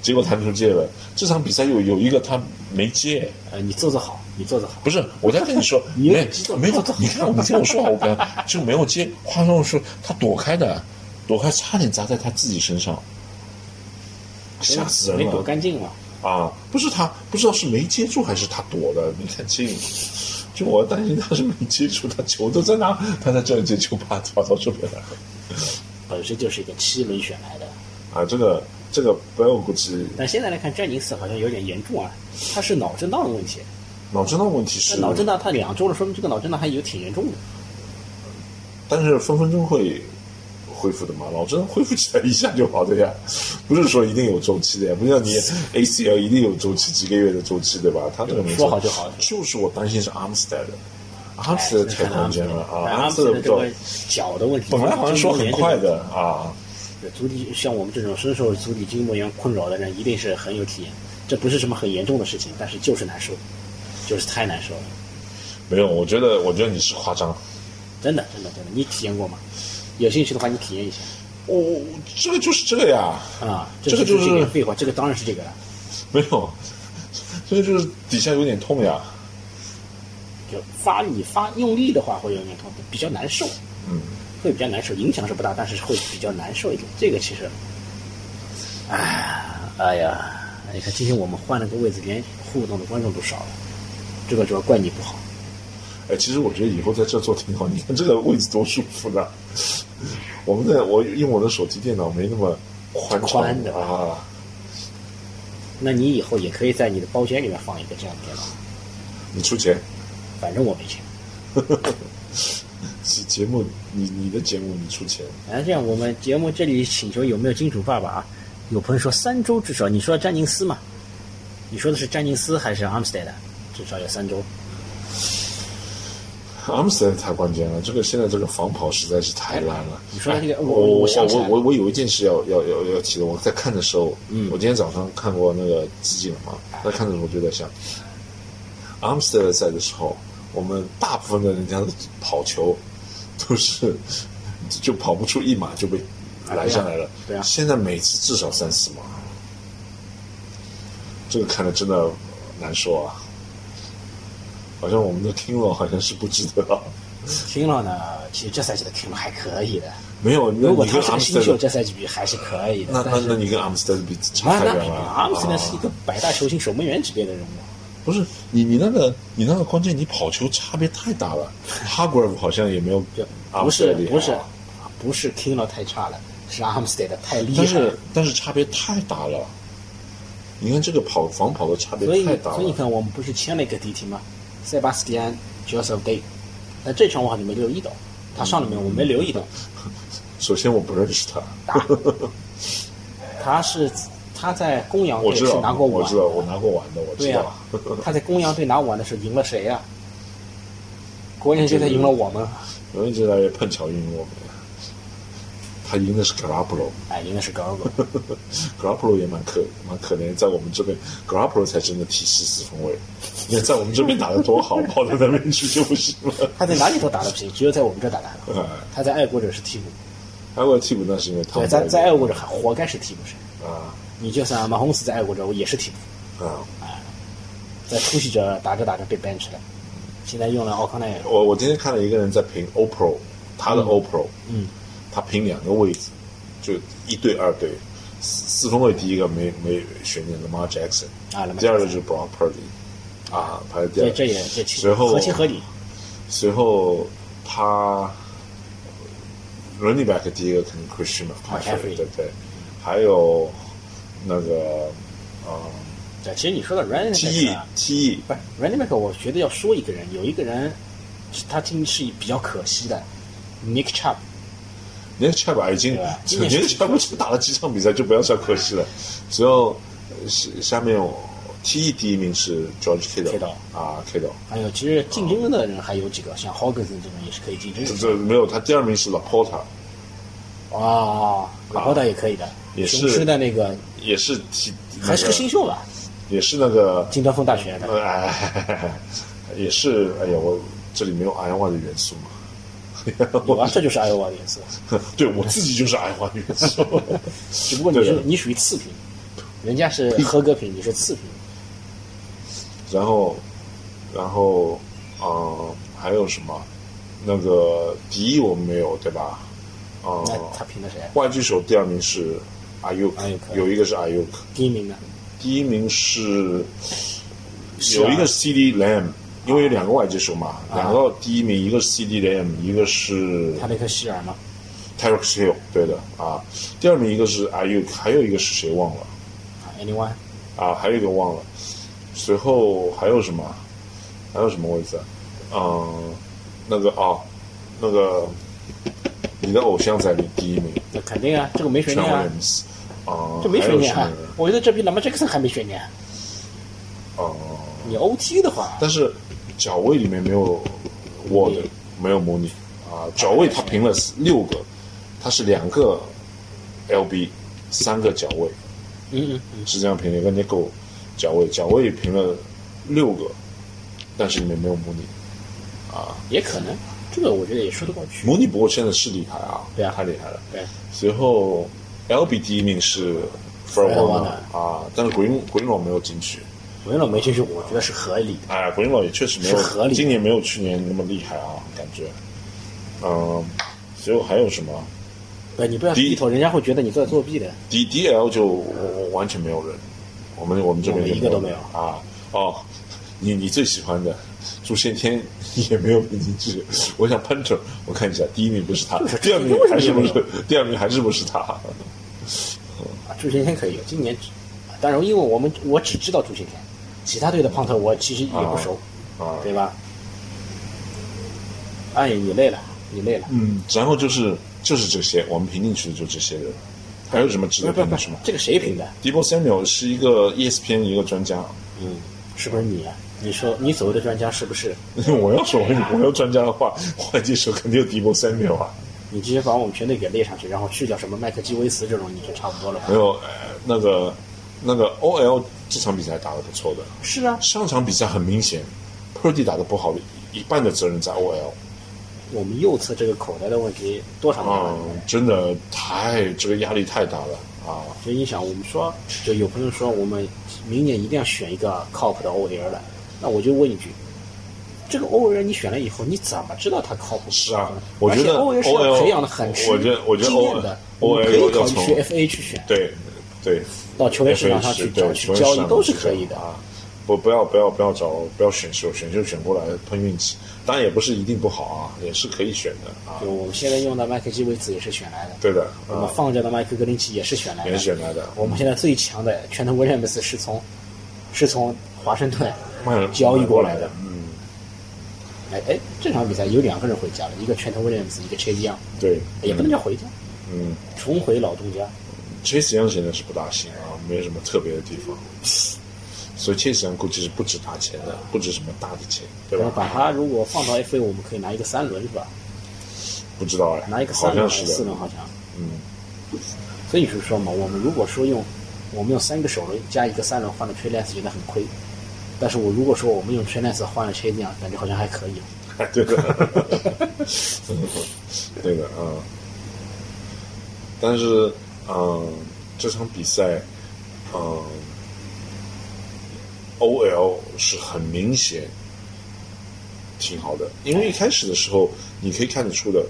S3: 结果弹出界了。这场比赛有有一个他没接，
S2: 呃，你做做好，你做做好。
S3: 不是，我在跟你说，
S2: 你有
S3: 没有
S2: 点激动
S3: 没有，你看我你听我说好，我本来就没有接。话说说他躲开的，躲开差点砸在他自己身上，吓死人
S2: 没躲
S3: 了
S2: 干净嘛。
S3: 啊！不是他，不知道是没接住还是他躲的，没看清。就我担心他是没接住，他球都在那，他在这儿接球，啪跑到这边来了。
S2: 本身就是一个七轮选来的，
S3: 啊，这个这个不要估计
S2: 但现在来看，詹宁斯好像有点严重啊，他是脑震荡的问题。
S3: 脑震荡问题
S2: 那
S3: 是
S2: 脑震荡他两周了，说明这个脑震荡还有挺严重的。
S3: 但是分分钟会恢复的嘛，脑震恢复起来一下就好的呀，不是说一定有周期的呀，不像你 ACL 一定有周期，几个月的周期对吧？他这个没
S2: 说好就好
S3: 就是我担心是 Armstead 的
S2: 哎
S3: ，Armstead 太空间了
S2: 但
S3: 啊
S2: 阿姆斯特
S3: ，Armstead
S2: 的
S3: 不
S2: 这
S3: 知道
S2: 个，脚的问题，
S3: 本来好像说很快
S2: 这个
S3: 的啊，
S2: 足底像我们这种深受足底筋膜炎困扰的人，一定是很有体验。这不是什么很严重的事情，但是就是难受，就是太难受了，
S3: 没有，我觉得我觉得你是夸张，
S2: 真的，真的，真的。你体验过吗？有兴趣的话，你体验一下
S3: 我、我哦这个就是这个呀，
S2: 啊。
S3: 这个
S2: 这
S3: 就是
S2: 这点废话，这个当然是这个了，
S3: 没有，这个就是底下有点痛呀，
S2: 就发你发用力的话会有点痛，比较难受，
S3: 嗯，
S2: 会比较难受，影响是不大，但是会比较难受一点。这个其实，哎，哎呀，你看今天我们换了个位置，连互动的观众都少了，这个主要怪你不好。
S3: 哎，其实我觉得以后在这做挺好，你看这个位置多舒服的。我们的我用我的手提电脑没那么宽敞
S2: 宽的
S3: 啊，
S2: 那你以后也可以在你的包间里面放一个这样的电脑，
S3: 你出钱，
S2: 反正我没钱。
S3: 是节目你你的节目你出钱，
S2: 哎，这样我们节目这里请求有没有金主爸爸啊？有朋友说三周至少，你说詹宁斯嘛？你说的是詹宁斯还是 Armstead？至少有三周。
S3: 阿姆斯特丹太关键了，这个现在这个防跑实在是太烂了。
S2: 你说的这个
S3: 哎
S2: 我
S3: 我
S2: 我
S3: 我
S2: 想起来了
S3: 我我有一件事要要要要提的，我在看的时候，嗯，我今天早上看过那个集锦了嘛，在看的时候我就在想，阿姆斯特丹赛的时候，我我们大部分的人家的跑球都是 就跑不出一码就被
S2: 哎
S3: 拦下来了。
S2: 对啊
S3: 现在每次至少三四码，这个看了真的难受啊。好像我们的 King l 好像是不值得 啊，
S2: k 了呢，其实这赛季的 k 了还可以的。
S3: 没有，那
S2: 如果
S3: 你
S2: 他
S3: 跟
S2: 是个
S3: 阿姆
S2: 新
S3: 斯
S2: 秀，
S3: 特
S2: 这赛季比还是可以的。
S3: 那
S2: 但
S3: 那
S2: 是
S3: 那你跟阿姆斯特比差
S2: 那
S3: 太
S2: 那
S3: 远
S2: 比
S3: 了。
S2: 阿姆斯特
S3: 啊
S2: 是一个百大球星守门员级别的人物，
S3: 不是你你那个你那个关键你跑球差别太 大了 h a r g r a v 好像也没有
S2: 就
S3: 阿姆
S2: 不
S3: 斯特
S2: 是
S3: 厉害啊
S2: 不是不是 k 了太差了，是阿姆斯特的太厉害
S3: 但是
S2: 了。
S3: 但是差别太大了。你看这个跑防跑的差别
S2: 所以
S3: 太大
S2: 所以你
S3: 了，
S2: 看，我们不是签了一个 DT 吗？塞巴斯蒂安 Joseph Day，但这场我好像没留意到，他上了没有？我没留意到。
S3: 首先我不认识他，
S2: 他是他在公羊
S3: 嗯我
S2: 队
S3: 知
S2: 是
S3: 道
S2: 拿过
S3: 我
S2: 碗
S3: 知道我拿过碗的，我
S2: 对
S3: 知
S2: 呀、
S3: 道。
S2: 他在公羊队拿碗的时候赢了谁呀、啊国人现在赢了我们，
S3: 有人就在碰巧赢我们，他赢的是 g r a p p l o
S2: 哎，赢的是 g a r b
S3: g r a p p l o 也蛮可蛮可怜，在我们这边 g r a p p l o 才真的体系四分卫，你看在我们这边打得 多好，跑到那边去就不行了。
S2: 他在哪里都打得 不行，只有在我们这打得很好。
S3: 哎
S2: 他在爱国者是替补，
S3: 埃沃替补那是因为他
S2: 对，
S3: 们
S2: 在在爱国者还活该是替补生。
S3: 啊
S2: 你就算马洪斯在爱国者，我也是替补，
S3: 啊！
S2: 在突袭者打着打着被 bench 了，现在用了奥康奈尔。
S3: 我我今天看了一个人在评 OPRO，他的 OPRO，
S2: 嗯，
S3: 他评两个位置，就一对二对，四四分卫第一个没没悬念 Lamar Jackson，
S2: 啊，Lamar
S3: 第二个就是 Brock Purdy，啊，排在第
S2: 这
S3: 二，
S2: 这也这其
S3: 随后
S2: 合情合理，
S3: 随后他 running back 第一个肯定 Christian
S2: McCaffrey
S3: McCaffrey，对对，还有那个呃
S2: 对，其实你说到 running
S3: T
S2: back，
S3: E
S2: 啊
S3: T E
S2: 不是 running back，我觉得要说一个人，有一个人是他今是比较可惜的，Nick Chubb，
S3: 那个 c h a b 已经，
S2: 对啊吧
S3: 那个 c h a b 只打了几场比赛就不要算可 惜了。只要下下面有 T E 第一名是 George Kittle
S2: Kittle
S3: 啊 Kittle，
S2: 还有其实竞争的人还有几个，像 Hawkinson 这种也是可以竞争
S3: 这
S2: 的。
S3: 这没有他第二名是 Laporta，
S2: 哦，老婆岛也可以的，
S3: 啊也是
S2: 雄狮的那个
S3: 也是 T
S2: 还是个新，秀吧，
S3: 那也是那个
S2: 金端峰大学 的。
S3: 呃哎，也是哎呀我这里没有 Iowa 的元素嘛，
S2: 有啊，这就是 Iowa 的颜色，
S3: 对我自己就是 Iowa 元素，
S2: 只不过你
S3: 对
S2: 是
S3: 的
S2: 你属于次品，人家 是合格品，你是次品。
S3: 然后然后啊、呃还有什么那个迪我们没有对吧？啊、
S2: 那他评的谁？
S3: 外击手第二名是阿尤克
S2: Ayuk，啊
S3: 有一个是阿尤克，
S2: 第一名呢？
S3: 第一名是
S2: 是啊啊
S3: 有一个 CD Lamb，因为有两个外接手嘛，两个第一名一个是 CD Lamb，一个是
S2: 他那颗希尔吗？
S3: t y r e Hill，对的啊，第二名一个是阿尤克，还有一个是谁忘了
S2: 啊，Anyone？
S3: 啊，还有一个忘了，随后还有什么？还有什么位置啊？嗯，那个啊，那个你的偶像在你第一名，
S2: 那肯定啊，这个没悬
S3: t r
S2: 念
S3: a
S2: 啊
S3: n，s 啊，
S2: 这没
S3: 还
S2: 悬
S3: 有
S2: 念
S3: 什么
S2: 啊
S3: 人。
S2: 我觉得这比 Lamar Jackson 还没悬念啊。
S3: 哦、
S2: 你 OT 的话，
S3: 但是脚位里面没有 Word，没有模拟啊。脚位他评了六个，他是两个 LB，三个脚位
S2: 嗯嗯嗯，
S3: 是这样评的，跟 n i c o 脚位脚位评了六个，但是里面没有模拟。
S2: 也可能，这个我觉得也说得过去。
S3: 模拟不过现在是厉害啊，
S2: 对啊
S3: 太厉害了。
S2: 对，
S3: 随后 LB 第一名是 f e r r
S2: Warner
S3: Warner 啊，但是 Green Green 没有进去。
S2: 维老没进去，我觉得是合理的。
S3: 哎，国英老也确实没
S2: 是合
S3: 有
S2: 理的
S3: 今年没有去年那么厉害啊，感觉。嗯，随后还有什么
S2: 不，你不要
S3: 第一
S2: 低头，人家会觉得你在作弊的。
S3: ？D D L 就我完全没有人，我们我们这边
S2: 我们一
S3: 就
S2: 个都没
S3: 人
S2: 有
S3: 啊。哦，你你最喜欢的朱先天 也没有评进去。我想 Punter，我看一下，第一名不是他，第二名还是不
S2: 为什么
S3: 是？第二名还是不是他？
S2: 啊，朱先天可以有，今年只，啊当然因为我们我只知道朱先天，其他队的胖头我其实也不熟，
S3: 啊
S2: 对吧？哎，你累了，你累了，
S3: 嗯， 然后就是就是这些，我们评进去的就这些人，还有什么值
S2: 不
S3: 得
S2: 是不是不
S3: 评的
S2: 是
S3: 是吗，
S2: 这个谁评的？
S3: ？Debo Samuel 是一个 E ESPN 一个专家，啊
S2: 嗯，是不是你啊？你说你所谓的专家是不是？
S3: 我要说我我要专家的话，换这手肯定有迪波三秒啊。
S2: 你直接把我们全队给列上去，然后去掉什么麦克基维茨这种，你就差不多了吧
S3: 还？有、呃、那个那个 OL 这场比赛打得不错的，
S2: 是啊，
S3: 上场比赛很明显，Purdy 打得不好的一半的责任在 OL。
S2: 我们右侧这个口袋的问题多少年了？
S3: 嗯，真的太这个压力太大了啊！
S2: 所以你想，我们说，就有朋友说我们明年一定要选一个靠谱的 OL 来，那我就问一句，这个 OL 你选了以后，你怎么知道他靠谱？
S3: 是啊，我觉得
S2: OL 是要
S3: OL
S2: 培养的很吃
S3: 我觉得我觉得
S2: 经验的
S3: OL
S2: 我们可以考虑
S3: 要
S2: 去
S3: 从
S2: FA 去选，
S3: 对对，
S2: 到球员市场
S3: FA
S2: 上
S3: 是
S2: 去
S3: 对
S2: 找去
S3: 球员
S2: 交
S3: 市场
S2: 易都
S3: 上
S2: 是
S3: 去
S2: 可以
S3: 找
S2: 的。
S3: 啊。不，不要不要不要找，不要选秀，选秀选过来碰运气，当然也不是一定不好啊，也是可以选的啊
S2: 就。我们现在用的麦克基维茨也是选来的，
S3: 对的，
S2: 我们
S3: 啊，
S2: 放着的麦克格林奇也是选来的，
S3: 也选来的。
S2: 我们现在最强的拳头 Williams 是从是从华盛顿
S3: 卖了
S2: 交易过来的
S3: 的，嗯，
S2: 哎哎，这场比赛有两个人回家了，一个拳头 Williams，一个 Chase Young，哎
S3: 对，
S2: 也不能叫回家，
S3: 嗯
S2: 重回老东家。
S3: ，Chase Young 现在是不大行啊，没什么特别的地方，所以 Chase Young 估计是不值大钱的，不值什么大的钱，对
S2: 然后把
S3: 吧？
S2: 他如果放到 FA，我们可以拿一个三轮是吧？
S3: 不知道哎，
S2: 拿一个
S3: 好
S2: 三轮
S3: 像
S2: 还
S3: 是
S2: 是四
S3: 的
S2: 轮，好像。
S3: 嗯，
S2: 所以就是说嘛，我们如果说用我们用三个首轮加一个三轮换了 Trey Lance，觉得很亏。但是我如果说我们用 Trey Lance 换了 Chase Young，感觉好像还可以。
S3: 哎， 对的，对的啊、嗯但是，嗯，这场比赛，嗯，OL 是很明显挺好的，因为一开始的时候你可以看得出的，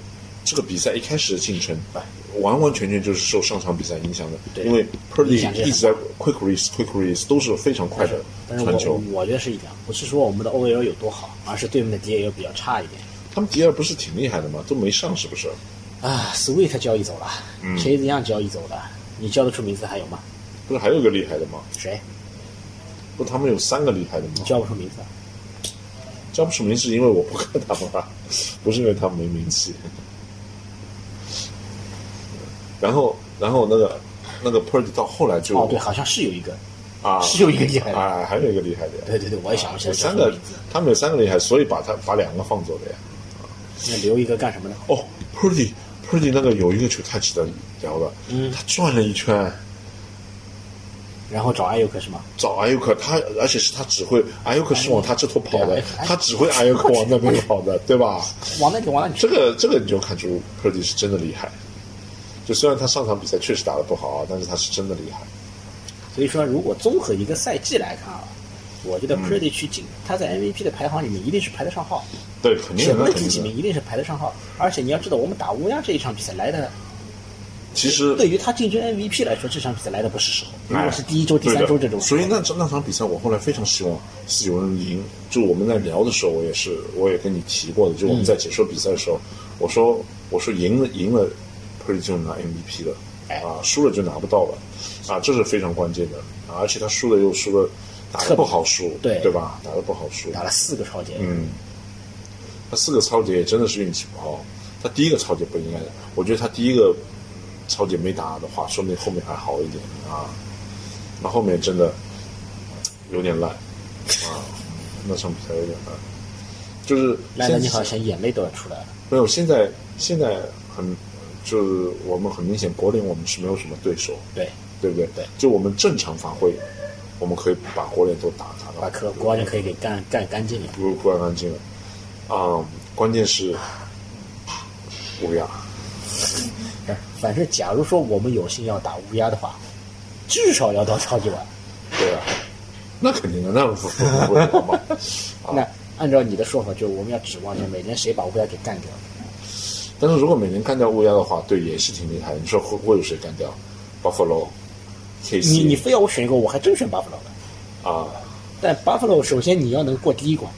S3: 这个比赛一开始的进程，哎，完完全全就是受上场比赛影响的，
S2: 对
S3: 因为
S2: 影响
S3: Purdy
S2: 这个
S3: 一直在 quick release quick release 都是非常快的
S2: 但是
S3: 传球
S2: 我，我觉得是一样，不是说我们的 OL 有多好，而是对面的 DAL 比较差一点。
S3: 他们迪尔不是挺厉害的吗？都没上是不是？
S2: 啊，Sweet 交易走了，Chase
S3: 嗯
S2: Young 交易走了，你叫得出名字还有吗？
S3: 不是还有一个厉害的吗？
S2: 谁？
S3: 不，他们有三个厉害的吗
S2: 你？叫不出名字。
S3: 叫不出名是因为我不看他们啊， 不是因为他们没名气。然后，然后那个那个 Purdy 到后来就
S2: 哦，对，好像是有一个，
S3: 啊，
S2: 是有一个厉害的
S3: 啊，还有一个厉害的呀，
S2: 对对对，我也想不起
S3: 有
S2: 来叫
S3: 三
S2: 什么
S3: 个
S2: 名字。，
S3: 他们有三个厉害，所以把他把两个放走了呀。
S2: 那留一个干什么呢？
S3: 哦，Purdy Purdy 那个有一个球太值得聊了，
S2: 嗯
S3: 他转了一圈。
S2: 然后找艾尤克是吗？
S3: 找艾尤克，他而且是他只会艾尤克是往他这头跑
S2: 对
S3: 的
S2: 啊，哎
S3: 他只会艾尤克往那边跑的，对吧？
S2: 往那里，往那里
S3: 这。个这个你就看出 Purdy 是真的厉害。就虽然他上场比赛确实打得不好啊，但是他是真的厉害。
S2: 所以说，如果综合一个赛季来看啊，我
S3: 嗯
S2: 觉得 Pretty 去进，他在 MVP 的排行里面一定是排得上号，
S3: 对，肯定
S2: 选
S3: 的，
S2: 择
S3: 肯
S2: 第几
S3: 定啊
S2: 名
S3: 的。
S2: 一定是排得上号。而且你要知道，我们打乌鸦这一场比赛来的，
S3: 其实
S2: 对于他竞争 MVP 来说，这场比赛来的不是时候。如
S3: 哎
S2: 果是第一周、第三周这种
S3: 对的
S2: 时
S3: 所
S2: 候，
S3: 以那那场比赛我后来非常希望是有人赢。就我们在聊的时候，我也是我也跟你提过的，就我们在解说比赛的时候，我说我说赢了赢了 p r e t t 就拿 MVP 了，
S2: 哎
S3: 啊，输了就拿不到了，啊，这是非常关键的啊，而且他输了又输了，打
S2: 特
S3: 得
S2: 别
S3: 不好输，
S2: 对
S3: 对吧？打得不好输，
S2: 打了四个超节，
S3: 嗯，他四个超级也真的是运气不好。他第一个超级不应该的，我觉得他第一个超级没打的话，说明后面还好一点啊。那后面真的有点烂啊，那场比赛有点烂，就是
S2: 来的你
S3: 现在
S2: 好像眼泪都要出来了。
S3: 没有，现在现在很就是我们很明显，国联我们是没有什么对手，
S2: 对，
S3: 对不对？
S2: 对
S3: 就我们正常发挥，我们可以把国联都打打到
S2: 把科国安人可以给干干干净了。
S3: 不不干干净了。啊、关键是乌鸦，哎
S2: 反正假如说我们有幸要打乌鸦的话，至少要到超级碗。
S3: 对啊，那肯定的，那不不不会好 吗？啊
S2: 那按照你的说法，就是我们要指望着每年谁把乌鸦给干掉。
S3: 但是如果每年干掉乌鸦的话，对，也是挺厉害的。你说会会有谁干掉？Buffalo、KC
S2: 你你非要我选一个，我还真选巴甫洛的。
S3: 啊
S2: 但巴甫洛首先你要能过第一关，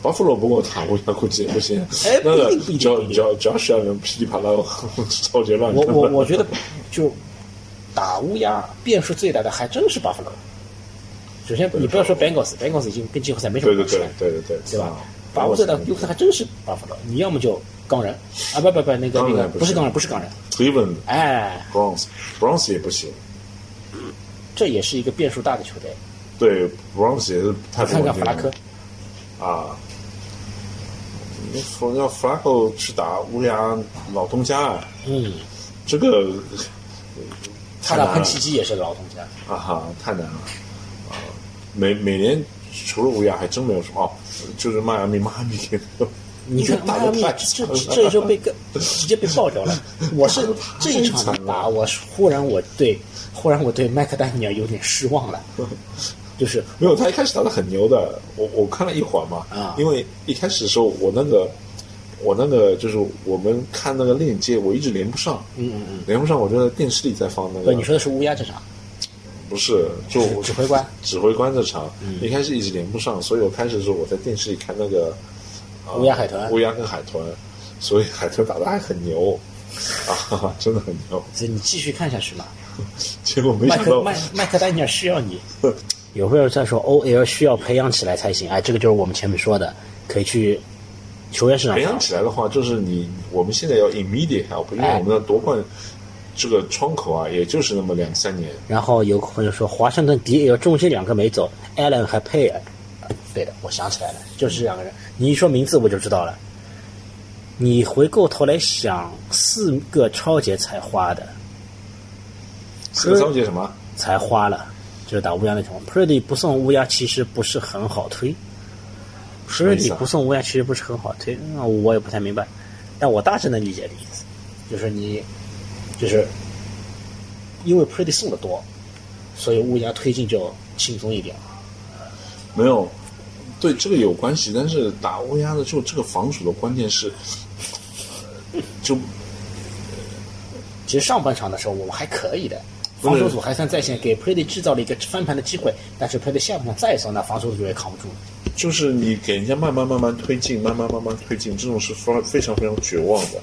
S3: ，Buffalo 不过打乌鸦估计也不行。
S2: 哎
S3: 那个
S2: 不一定不一定
S3: 只要
S2: 不一定
S3: 只要只要是要人噼里啪啦 超级乱
S2: 我
S3: 干
S2: 我
S3: 的
S2: 我觉得就打乌鸦变数最大的还真是巴甫洛。首先你不要说 Bengals，Bengals 已经跟季后赛没什
S3: 对
S2: 么
S3: 对
S2: 关系
S3: 对
S2: 了，
S3: 对对对，
S2: 对吧
S3: 啊？
S2: 把握最大的优势还真是巴甫洛，你要么就钢人啊，不不不，那个那
S3: 钢
S2: 个
S3: 人
S2: 不是钢人，不是钢人，
S3: Cleveland
S2: 哎，
S3: Browns Browns 也不行，
S2: 这也是一个变数大的球队。
S3: 对 Browns 也是太不
S2: 看
S3: 稳
S2: 看
S3: 定
S2: 弗拉
S3: 了。
S2: 科，
S3: 啊，你说要 Flacco 去打乌鸦老东家，啊，
S2: 嗯，
S3: 这个 呃
S2: 他
S3: 太
S2: 打
S3: 难
S2: 喷
S3: 了
S2: 气机也是老东家，
S3: 啊哈，太难了啊！每每年除了乌鸦还真没有什么哦，就是迈阿密，迈阿密给
S2: 你 看
S3: 打
S2: 迈
S3: 得
S2: 阿密
S3: 太
S2: 这这
S3: 惨了
S2: 这一周被个直接被爆掉了。 我是这一场打，我是忽然我对忽然我对麦克丹尼尔有点失望 了，就是
S3: 没有，他一开始打的很牛的，我我看了一会儿嘛，
S2: 啊
S3: 因为一开始的时候我那个我那个就是我们看那个链接，我一直连不上，
S2: 嗯嗯嗯，
S3: 连不上，我就在电视里在放那
S2: 不，
S3: 个，
S2: 呃你说的是乌鸦这场
S3: 不是， 就我
S2: 指挥官
S3: 指挥官这场，
S2: 嗯
S3: 一开始一直连不上，所以我开始的时候我在电视里看那个、呃
S2: 乌鸦海豚
S3: 乌鸦跟海豚，所以海豚打的还很牛。 啊，真的很牛！
S2: 所以你继续看下去嘛。
S3: 结果没
S2: 麦
S3: 想
S2: 克
S3: 到，
S2: 麦麦克丹尼尔需要你。有朋友在说 OL 需要培养起来才行，哎，这个就是我们前面说的，可以去球员市场
S3: 培
S2: 上
S3: 养起来的话，就是你我们现在要 immediate help，因为
S2: 哎
S3: 我们的夺冠这个窗口啊，也就是那么两三年。
S2: 然后有朋友说华盛顿 DL 中间两个没走，Allen 还配尔。对的，我想起来了，就是这两个人。你一说名字我就知道了。你回过头来想，四个超节才花的，
S3: 四个章节什么？
S2: 才花了，就是打乌鸦那场。Pretty 不送乌鸦其实不是很好推
S3: 么意思
S2: ，Pretty
S3: 啊
S2: 不送乌鸦其实不是很好推，那我也不太明白，但我大致能理解的意思，就是你，就是因为 Pretty 送的多，所以乌鸦推进就轻松一点。
S3: 没有，对这个有关系，但是打乌鸦的就这个防守的关键是，呃就
S2: 其实上半场的时候我们还可以的，
S3: 不
S2: 防
S3: 是
S2: 守组还算在线，给 Pretty 制造了一个翻盘的机会，但是 Pretty 下半场再一送，那防守组也扛不住了。
S3: 就是你给人家慢慢慢慢推进，慢慢慢慢推进，这种是非非常非常绝望的。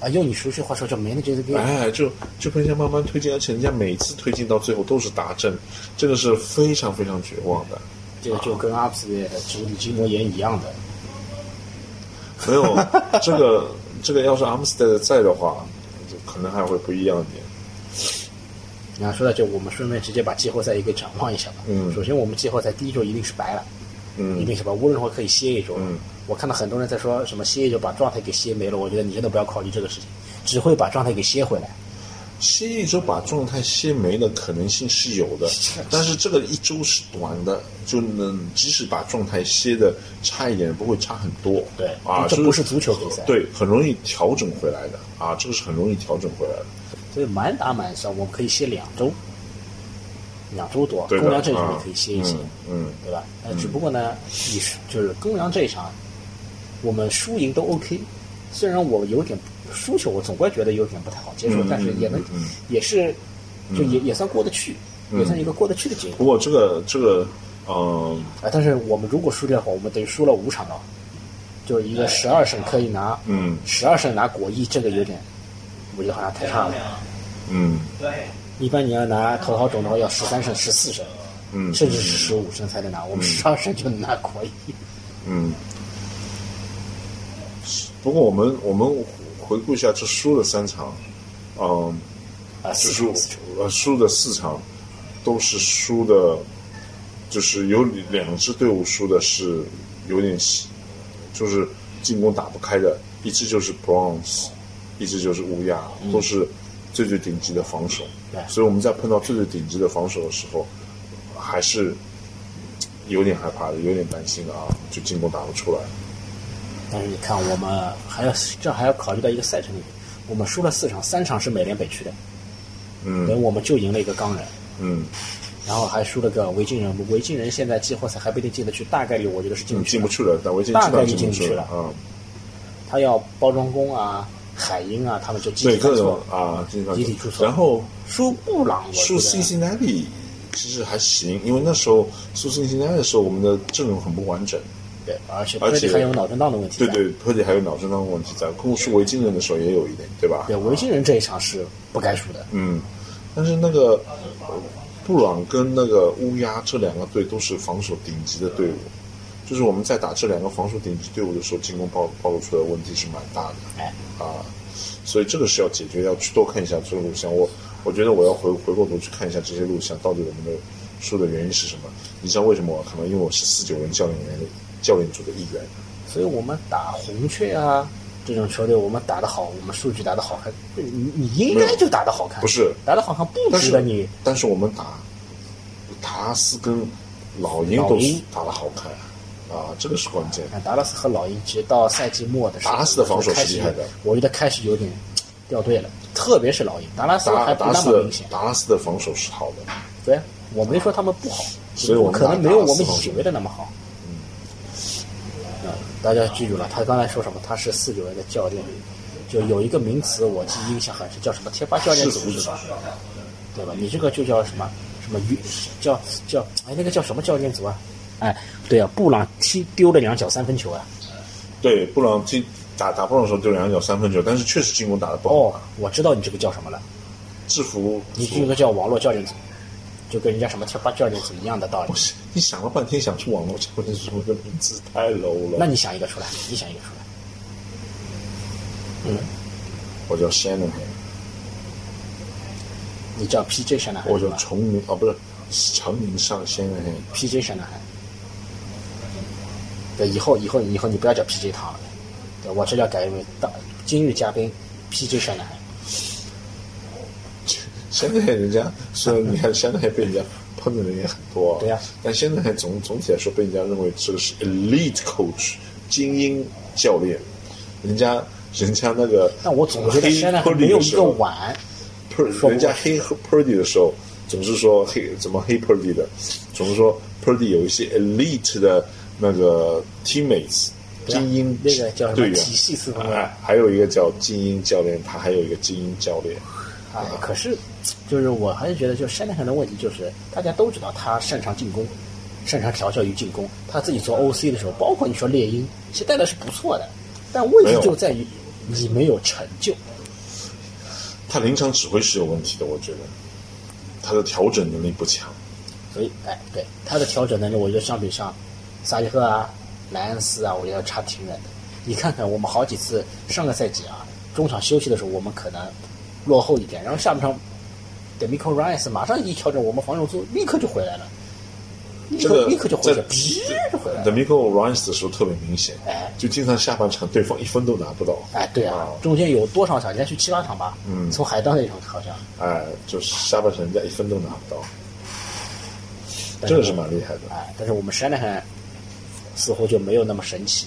S2: 啊，用你熟悉话说叫 manager 的 game。
S3: 哎，就就被人家慢慢推进，而且人家每次推进到最后都是达阵，这个是非常非常绝望的。
S2: 这个就跟阿普的植物筋膜炎一样的，
S3: 没有这个这个，要是阿姆斯特德在的话，就可能还会不一样一点。
S2: 然啊后说到这，我们顺便直接把季后赛也给展望一下吧。
S3: 嗯
S2: 首先我们季后赛第一周一定是白了，一
S3: 嗯，
S2: 定是白，无论如何可以歇一周。
S3: 嗯，
S2: 我看到很多人在说什么歇一周把状态给歇没了，我觉得你真的不要考虑这个事情，只会把状态给歇回来。
S3: 歇一周把状态歇没的可能性是有的，但是这个一周是短的，就能即使把状态歇的差一点，也不会差很多。
S2: 对
S3: 啊，
S2: 这
S3: 就
S2: 不是足球比赛
S3: 对，很容易调整回来的啊，这个是很容易调整回来的。
S2: 所以满打满算，我们可以歇两周，两周多。
S3: 对的
S2: 公羊这一场
S3: 啊
S2: 也可以歇一歇，
S3: 嗯，
S2: 对吧？呃，只不过呢，你是就是公羊这一场，我们输赢都 OK。虽然我有点输球，我总归觉得有点不太好接受，
S3: 嗯
S2: 但是也能，
S3: 嗯嗯
S2: 也是，就也、也算过得去，也算一个过得去的结
S3: 不
S2: 果
S3: 过这个这个，嗯、
S2: 啊。但是我们如果输掉的话，我们等于输了五场了，就是一
S3: 哎
S2: 个十二胜可以拿，
S3: 嗯
S2: 十二胜拿国一，这个有点，我觉得好像太差了。
S3: 嗯，
S2: 一般你要拿头号种的话，要十三胜、十四胜，
S3: 嗯
S2: 甚至是十五胜才能拿。我们十二胜就能拿国一，
S3: 嗯，不过我们我们回顾一下，这输了三场，嗯、
S2: 啊，
S3: 就
S2: 四
S3: 是
S2: 胜四胜。
S3: 呃输的四场都是输的，就是有两支队伍输的是有点细，就是进攻打不开的，一支就是 Bronze，一支就是乌鸦，都是最最顶级的防守。
S2: 嗯对
S3: 所以我们在碰到最最顶级的防守的时候，还是有点害怕的，有点担心的啊，就进攻打不出来。
S2: 但是你看，我们还要这还要考虑到一个赛程里面，我们输了四场，三场是美联北区的，
S3: 嗯
S2: 等于我们就赢了一个钢人，
S3: 嗯，
S2: 然后还输了个维京人。维京人现在季后赛还不一定进得去，大概率我觉得是进
S3: 嗯
S2: 不去
S3: 进
S2: 的。
S3: 不去了，但我已经
S2: 大
S3: 知
S2: 概
S3: 道
S2: 率
S3: 进不
S2: 进不
S3: 去
S2: 去了
S3: 了啊。
S2: 他要包装工啊、海鹰啊，他们就集
S3: 对
S2: 体犯
S3: 各种
S2: 错，
S3: 啊，进
S2: 集体出错。
S3: 然后
S2: 输布朗，我
S3: 输
S2: 觉得
S3: Cincinnati 其实还行，因为那时候输 Cincinnati 的时候，我们的阵容很不完整。
S2: 对，而且
S3: 而且
S2: Brady 还有脑震荡的问题。
S3: 对。对，而且还有脑震荡的问题在。跟输维京人的时候也有一点，对吧？
S2: 对，维京人这一场是不该输的。
S3: 嗯，但是那个呃布朗跟那个乌鸦这两个队都是防守顶级的队伍，就是我们在打这两个防守顶级队伍的时候，进攻暴暴露出来的问题是蛮大的
S2: 哎，
S3: 啊，所以这个是要解决，要去多看一下这个录像。我我觉得我要回回过头去看一下这些录像，到底我们的输的原因是什么？你知道为什么我要看吗？因为我是四九人教练员教练组的一员，
S2: 所以我们打红雀啊这种球队，我们打得好，我们数据打得好看，你你应该就打得好看，
S3: 不是
S2: 打得好看不
S3: 但
S2: 值
S3: 是
S2: 得你
S3: 但是我们打打阿斯跟老鹰都
S2: 老鹰
S3: 打得好看啊，这个是关键。
S2: 哎看达拉斯和老鹰，直到赛季末的时候，
S3: 达拉斯的防守
S2: 开
S3: 是
S2: 始
S3: 厉害的
S2: 我觉得开始有点嗯掉队了，特别是老鹰，达拉斯
S3: 达
S2: 还不
S3: 达
S2: 那
S3: 斯
S2: 么
S3: 的
S2: 明显。
S3: 达拉斯的防守是好的，
S2: 对，啊我没说他们不好，
S3: 所以我们
S2: 可能没有我们
S3: 打达拉斯
S2: 以为的那么好。嗯，大家记住了，他刚才说什么？他是四九人的教练，就有一个名词我记忆印象很深，叫什么“贴吧教练
S3: 是
S2: 组
S3: 服”
S2: 是吧？对吧？你这个就叫什么什么鱼叫叫哎那个叫什么教练组啊？哎，对啊，布朗踢丢了两脚三分球啊！
S3: 对布朗踢打打布朗的时候丢两脚三分球，但是确实进攻打得不好。
S2: 哦，我知道你这个叫什么了，
S3: 制服
S2: 你这个叫网络教练组，就跟人家什么贴吧教练组一样的道理
S3: 不。是你想了半天想出网络教练组的名字太 low 了。
S2: 那你想一个出来，你想一个出来。
S3: 我叫 Shannon，
S2: 你叫 PJ 山南海
S3: 我
S2: 是
S3: 叫
S2: 吧
S3: 崇明哦，不是成名上 Shannon。
S2: ？PJ 山南海。对，以后以后以后你不要叫 PJ 唐了，对我这要改为大今日嘉宾 PJ 山南海。
S3: 现在人家虽然你看现在被人家喷的人也很多，啊
S2: 对呀
S3: 但现在总总体来说被人家认为这个是 elite coach 精英教练，人家人家那个，
S2: 但我总觉得
S3: 黑
S2: 山南海
S3: Purdy
S2: 没有
S3: 的
S2: 一
S3: 时
S2: 个
S3: 候
S2: 碗，
S3: ，Pur- 人家黑 Purdy 的时候总是说黑怎么黑 Purdy 的，总是说 Purdy 有一些 elite 的那个 teammates
S2: 对啊
S3: 精英
S2: 那个叫什
S3: 队
S2: 么
S3: 员，
S2: 体系四分卫
S3: 哎，还有一个叫精英教练，他还有一个精英教练。
S2: 哎，可是，就是我还是觉得，就山田海的问题就是，大家都知道他擅长进攻，擅长调教于进攻。他自己做 OC 的时候，包括你说猎鹰，其实带的是不错的，但问
S3: 没
S2: 题
S3: 有
S2: 就在于你没有成就。
S3: 他临场指挥是有问题的，我觉得他的调整能力不强。
S2: 所以，哎，对他的调整能力，我觉得相比上萨利赫啊、莱恩斯啊，我觉得差挺远的。你看看我们好几次上个赛季啊，中场休息的时候，我们可能落后一点，然后下半场 d e m i c o Rice 马上一调整，我们防守组立刻就回来了，立
S3: 这
S2: 刻、
S3: 个
S2: 立刻就回去，
S3: 在
S2: 皮就回来了。
S3: Demico Rice 的时候特别明显
S2: 哎，
S3: 就经常下半场对方一分都拿不到。
S2: 哎，对啊，中间有多少场？应该去七八场吧。
S3: 嗯
S2: 从海盗那场好像，
S3: 哎，就是下半场人家一分都拿不到，
S2: 但
S3: 这个
S2: 我
S3: 是蛮厉害的。
S2: 哎，但是我们 Shanahan 似乎就没有那么神奇。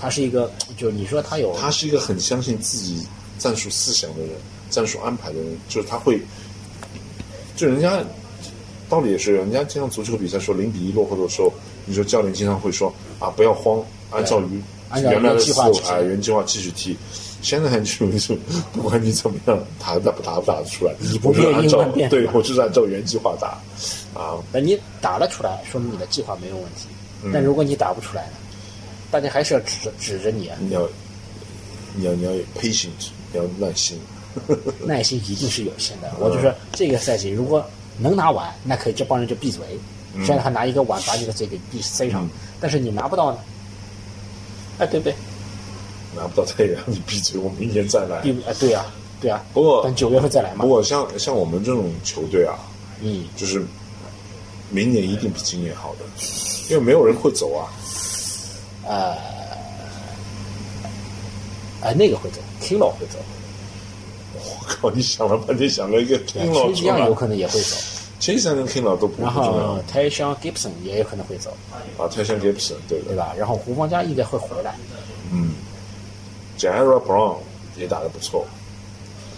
S2: 他是一个，就你说他有
S3: 他是一个很相信自己战术思想的人，战术安排的人，就是他会，就人家道理也是，人家经常足球比赛说零比一落后的时候，你说教练经常会说啊不要慌，按照于
S2: 按照
S3: 原来的
S2: 原计
S3: 思
S2: 划
S3: 路
S2: 继续
S3: 啊原计划继续踢。现在就有一种，不管你怎么样打打不打不打得出来，
S2: 不
S3: 我就
S2: 变
S3: 是按
S2: 应
S3: 照
S2: 万变
S3: 对我就是按照原计划打，啊，
S2: 那你打了出来，说明你的计划没有问题。
S3: 嗯
S2: 但如果你打不出来呢，大家还是要指着指着你啊，
S3: 你要你要你要有 patient，你要耐心，
S2: 耐心一定是有限
S3: 嗯
S2: 的。我就说这个赛季如果能拿碗，那可以这帮人就闭嘴，
S3: 嗯
S2: 虽然他拿一个碗把你的嘴给闭塞上，但是你拿不到呢，哎，对不对？
S3: 拿不到太阳你闭嘴，我明年再来。
S2: 闭啊，对啊，对啊。
S3: 不过
S2: 等九月份再来嘛
S3: 不。过像像我们这种球队啊，
S2: 嗯，
S3: 就是明年一定比今年好的，因为没有人会走啊。
S2: 哎，那个会走，Kilo 会走，
S3: 我靠，你想了半天，想了一个 King 老
S2: Chase
S3: 出
S2: Young 有
S3: 来
S2: 可能也会走，
S3: ，Chase 跟 King 老都不
S2: 然
S3: 不重
S2: 后
S3: 要
S2: Tyson Gibson 也有可能会走，
S3: 啊，泰山 Gibson 对
S2: 对
S3: 的
S2: 吧？然后胡方家应该会回来，
S3: ，Jara Brown 也打得不错，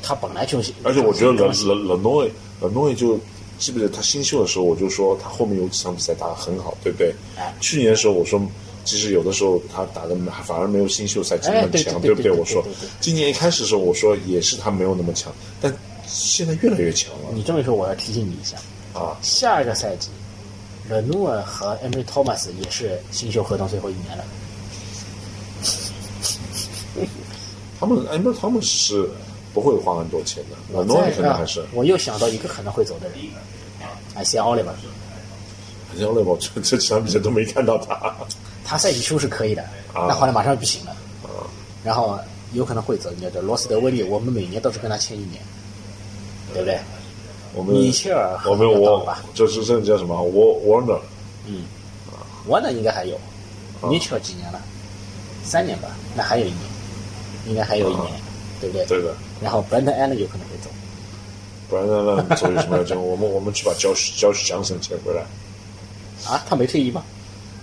S2: 他本来就是，
S3: 而且我觉得
S2: 刚
S3: 冷冷冷诺冷诺就记不记得他新秀的时候，我就说他后面有几场比赛打得很好，对不对
S2: 哎？
S3: 去年的时候我说。其实有的时候他打的反而没有新秀赛季那
S2: 哎
S3: 么
S2: 对
S3: 强，
S2: 对对
S3: 不
S2: 对对
S3: 我说
S2: 对对对
S3: 今年一开始的时候我说也是他没有那么强，但现在越来越强了
S2: 你这么一说，我要提醒你一下，
S3: 啊！
S2: 下一个赛季，勒诺尔和 Emery Thomas 也是新秀合同最后一年了。
S3: 他们哎，那他们是不会花很多钱的，
S2: 我
S3: 诺
S2: 再
S3: 可能还是
S2: 啊，我又想到一个可能会走的人，哎，谢奥利吧，
S3: 反正勒宝这这几场比赛都没看到他。
S2: 他赛季初是可以的，
S3: 啊
S2: 但后来马上不行了，然后有可能会走。你知道罗斯德威利，我们每年都是跟他签一年，对不对？
S3: 我们
S2: 米切尔
S3: 我们
S2: 很有道理
S3: 我
S2: 吧
S3: 这是这叫什么？我 Warner
S2: 我呢应该还有，
S3: 啊
S2: 米切尔几年了？三年吧，那还有一年，应该还有一年，对不对？
S3: 啊对的。
S2: 然后 Brandon Allen 有可能会走。
S3: 不然让让走有什么要争？我们我们去把 Josh Josh Johnson 捡回来。
S2: 啊，他没退役吗？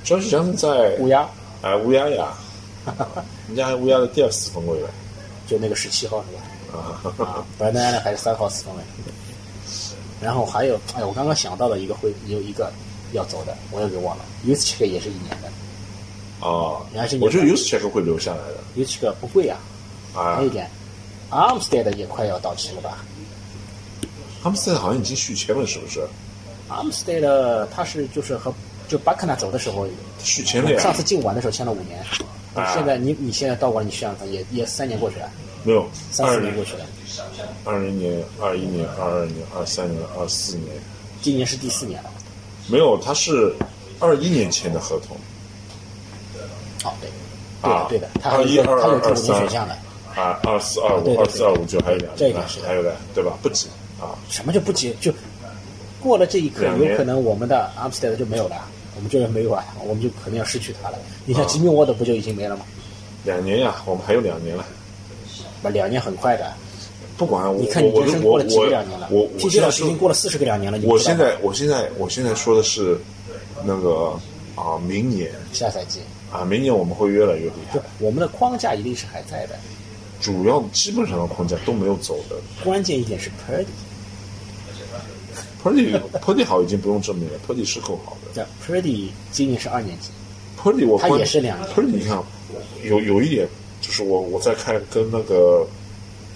S3: 张学良在
S2: 乌鸦
S3: 哎乌鸦 呀，人家乌鸦的第二四分卫了。
S2: 就那个十七号是吧？啊，b r a n d a n 还是三号四分卫。然后还有，哎，我刚刚想到的一个会有一个要走的，我又给忘了。u s c h 也是一年的
S3: 啊
S2: 你还是，
S3: 我觉得 u s c h e k 会留下来的
S2: u s c h 不会啊，
S3: 啊
S2: 还有一。点 a r m s t e a d 也快要到期了吧
S3: 他们现在好像已经续签了，是不是？
S2: a r m s t e a d 他是就是和就巴克纳走的时候，
S3: 续签了呀？
S2: 上次进晚的时候签了五年，你
S3: 啊
S2: 现在你你现在到晚你想想看，也也三年过去了，
S3: 没有，
S2: 三
S3: 二
S2: 四年过去了，
S3: 二零年、二一年、二二年、二三年、二四年，
S2: 今年是第四年了。
S3: 没有，他是二一年签的合同，
S2: 哦，对，对
S3: 啊
S2: 的对的，他还有一个
S3: 21
S2: 他有这五年
S3: 22
S2: 选项的，
S3: 啊，二四二
S2: 对对
S3: 五、二四二五九还有两
S2: 这一
S3: 年
S2: 点
S3: 吧，
S2: 是的
S3: 还有的，对吧？不止啊，
S2: 什么就不急？就过了这一刻，
S3: 两年
S2: 有可能我们的 a r m s t e a d 就没有了，我们就没有了，我们就可能要失去他了。你像
S3: 啊
S2: 吉米沃德不就已经没了吗？
S3: 两年呀、我们还有两年了。
S2: 那两年很快的，
S3: 不管我，
S2: 你看你
S3: 我我
S2: 人生过
S3: 我
S2: 了几个两年了
S3: 我我我
S2: ？TJ
S3: 现
S2: 老
S3: 在
S2: 师
S3: 是
S2: 已经过了四十个两年了，你不
S3: 我
S2: 知道
S3: 现
S2: 吗
S3: 在我现在我现在说的是那个啊，明年
S2: 下赛季，
S3: 啊，明年我们会越来越厉害
S2: 就，我们的框架一定是还在的，
S3: 主要基本上的框架都没有走的。
S2: 关键一点是 Purdy，
S3: Purdy Purdy 好已经不用证明了，Purdy 是够好的。
S2: 这 Purdy 今年是二年级，
S3: Purdy 我
S2: 他
S3: 关
S2: 也是两年
S3: Purdy 你看，有有一点就是我我在看跟那个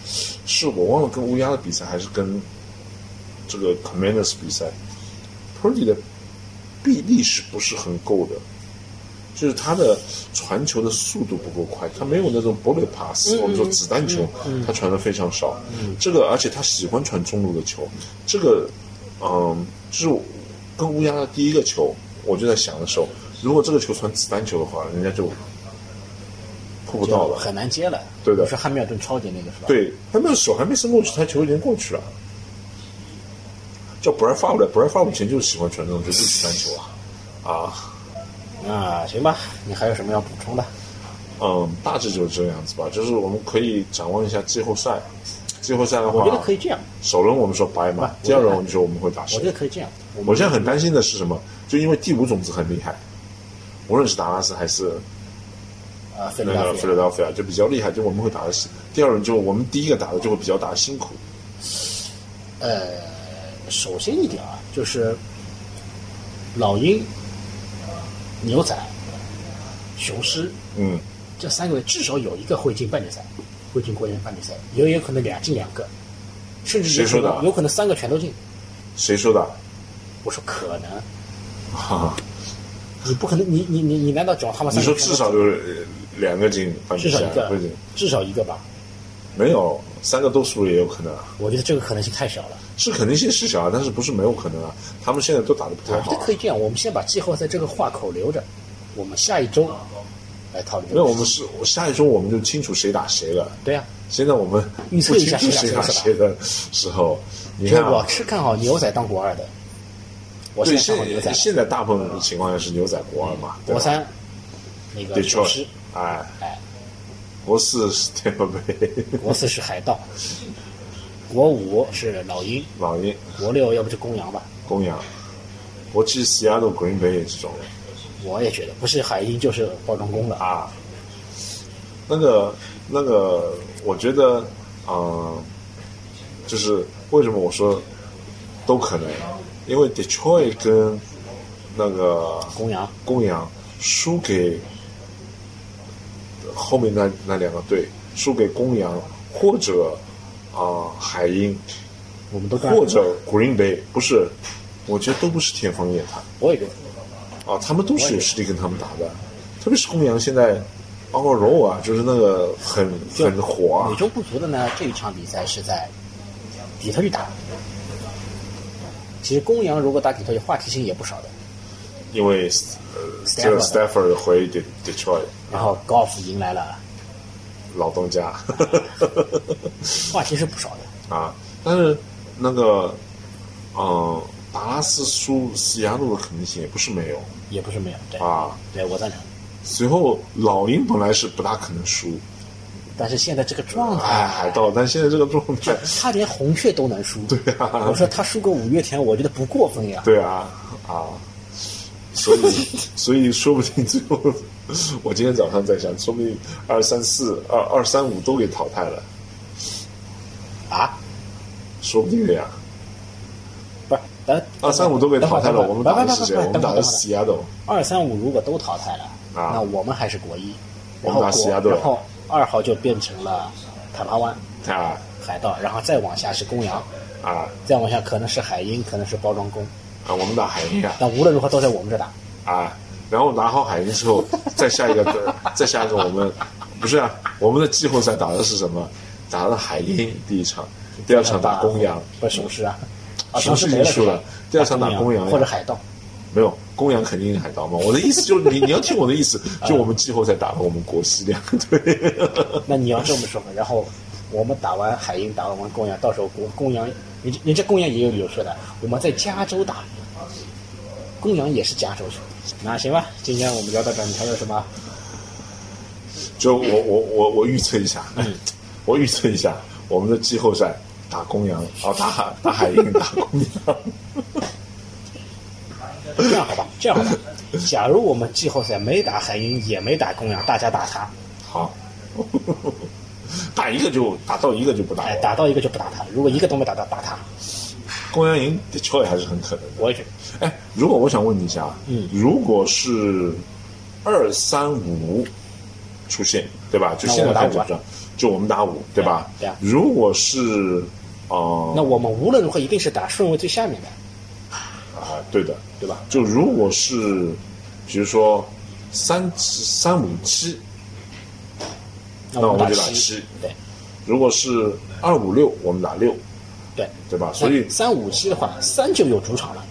S3: 是我忘了跟乌鸦的比赛还是跟这个 Commanders 比赛，Purdy 的臂力是不是很够的？就是他的传球的速度不够快，他没有那种 bullet
S2: 嗯
S3: pass，、我们说子弹球，他传的非常少。这个而且他喜欢传中路的球，这个嗯，就是我跟乌鸦的第一个球，我就在想的时候，如果这个球传子弹球的话，人家就扑不到
S2: 就
S3: 了。
S2: 很难接了。
S3: 对的
S2: 是汉密尔顿超级那个是吧？，
S3: 对，他那手还没伸过去，他球已经过去了。叫 b r a d f a r b b r a d f a r 以前就是喜欢传这种就是子弹球啊啊。
S2: 啊，行吧，你还有什么要补充的？
S3: 嗯，大致就是这样子吧。就是我们可以展望一下季后赛。季后赛的
S2: 我
S3: 话，
S2: 觉得可以这样，
S3: 首轮我们说掰嘛，
S2: 不
S3: 第二轮我们说我们会打
S2: 我
S3: 谁
S2: 觉？得可以这样。我们
S3: 我现在很担心的是什么？就因为第五种子很厉害，无论是达拉斯还是
S2: 啊，费
S3: 那
S2: 利达
S3: 个
S2: 菲
S3: philadelphia 就比较厉害，就我们会打的第二轮就我们第一个打的就会比较打得辛苦。
S2: 呃，首先一点啊，就是老鹰、牛仔、雄狮
S3: 嗯，
S2: 这三个至少有一个会进半决赛，会进国联半决赛，也有可能俩进两个，甚至有
S3: 谁说
S2: 可
S3: 的啊
S2: 能有可能三个全都进。
S3: 谁说的？
S2: 我说可能，
S3: 哈哈，
S2: 你不可能，你你你你难道找他们
S3: 你
S2: 三个
S3: 说
S2: 全
S3: 至
S2: 都
S3: 少
S2: 进
S3: 就是呃两个进半决
S2: 至少
S3: 赛
S2: 一个
S3: 会进，，
S2: 至少一个吧？
S3: 没有三个都输也有可能啊，
S2: 我觉得这个可能性太小了。
S3: 是肯定性是小啊，但是不是没有可能啊？他们现在都打得不
S2: 我
S3: 太
S2: 觉
S3: 好
S2: 得
S3: 啊、
S2: 可以这样，我们先把季后赛这个话口留着，我们下一周来讨论这个
S3: 那
S2: 问题。
S3: 我们是我下一周我们就清楚谁打谁了。
S2: 对啊，
S3: 现在我们
S2: 预测
S3: 不
S2: 一
S3: 清
S2: 下谁
S3: 楚谁
S2: 打
S3: 打
S2: 谁
S3: 谁的时候，你
S2: 就
S3: 看、
S2: 我
S3: 啊，
S2: 是看好牛仔当国二的，我是
S3: 对
S2: 看好牛
S3: 现
S2: 仔
S3: 在。现在大部分情况下是牛仔国二嘛，对
S2: 国
S3: 吧
S2: 三那个雄狮
S3: Detroit，，哎，
S2: 呃哎，
S3: 国四是 Tampa Bay
S2: 国四是海盗，国五是老鹰，
S3: 老鹰、
S2: 国六要不就公羊吧。
S3: 公羊，国际 Seattle Green Bay 这种
S2: 我也觉得不是海鹰就是包装工了啊。
S3: 啊，那个那个，我觉得，嗯、就是为什么我说都可能，因为 Detroit 跟那个
S2: 公羊
S3: 公羊输给后面那那两个队，输给公羊或者啊、海鹰，
S2: 我们都干
S3: 或者 Green Bay，不是，我觉得都不是天方夜谭
S2: 我也觉得
S3: 啊，他们都是有实力跟他们打的，特别是公羊现在 on a roll 啊，就是那个很很火啊
S2: 美，中不足的呢，这一场比赛是在底特律打的。其实公羊如果打底特律，话题性也不少的。
S3: 因为呃，这个 Stafford 回 De- Detroit
S2: 然后 Golf 迎来了，
S3: 老东家。
S2: 话题是不少的。
S3: 啊，但是那个，呃，达拉斯输西雅图的可能性也不是没有
S2: 也不是没有，对，
S3: 啊。
S2: 对我赞成。
S3: 随后老鹰本来是不大可能输，
S2: 但是现在这个状
S3: 哎，
S2: 态，
S3: 海盗，但现在这个状态，
S2: 他连红雀都能输。对啊，我说他输个五月天，我觉得不过分呀。
S3: 对啊，啊，所以所以说不定最后，我今天早上在想，说不定二三四、二二三五都给淘汰了，
S2: 啊，
S3: 说不定的呀。
S2: 不是，咱
S3: 二三五都给淘汰了，我们打的是谁？我们打的是西雅图。
S2: 二三五如果都淘汰了，
S3: 啊
S2: 那我们还是国一，
S3: 我
S2: 然
S3: 们
S2: 后
S3: 打西
S2: 国
S3: 雅图
S2: 然后二号就变成了坦帕湾
S3: 啊
S2: 海盗，然后再往下是公羊，
S3: 啊
S2: 再往下可能是海鹰，可能是包装工，
S3: 啊！我们打海鹰啊
S2: 但无论如何都在我们这打。
S3: 啊！然后拿好海鹰之后，再下一个，再下一个我们不是啊，我们的季后赛打的是什么？打的海鹰第一场，第二场打公羊，
S2: 不是雄狮啊，啊，
S3: 雄
S2: 雄狮
S3: 狮已
S2: 没
S3: 经
S2: 了
S3: 输
S2: 是吧
S3: 了，第二场打公羊呀
S2: 或者海盗。
S3: 没有公羊肯定是海盗嘛。我的意思就是你你要听我的 意思，
S2: 啊
S3: 就我们季后赛打了我们国西两个队，
S2: 那你要这么说嘛，然后我们打完海鹰，打完公羊，到时候公公羊，人家人家公羊也有理由说的，我们在加州打，公羊也是加州球队。那行吧，今天我们聊到这儿，你还有什么？
S3: 就我我我我预测一下，
S2: 嗯
S3: 我预测一下我们的季后赛打公羊啊打海打海鹰打公 羊。
S2: 这样好吧，这样好吧。假如我们季后赛没打海鹰，也没打公羊，大家打他，
S3: 好， 打一个就打到一个就不打
S2: 哎，
S3: 了。
S2: 打到一个就不打他。如果一个都没打到，打他。
S3: 公羊赢 Detroit 还是很可能的。
S2: 我也觉得，
S3: 哎，如果我想问你一下，
S2: 嗯
S3: 如果是二三五出现，对吧？就
S2: 那
S3: 现在
S2: 我们打
S3: 开始
S2: 五啊
S3: 算，就我们打五，对吧？
S2: 对啊
S3: 如果是呃，
S2: 那我们无论如何一定是打顺位最下面的。
S3: 啊，对的，
S2: 对吧？
S3: 就如果是，比如说三七三五七，
S2: 那
S3: 那
S2: 我
S3: 我
S2: 们
S3: 们就打
S2: 打
S3: 七
S2: 对
S3: 如果是二五六，我们打六，
S2: 对。
S3: 对吧？所以
S2: 那三五七的话，三就有主场了。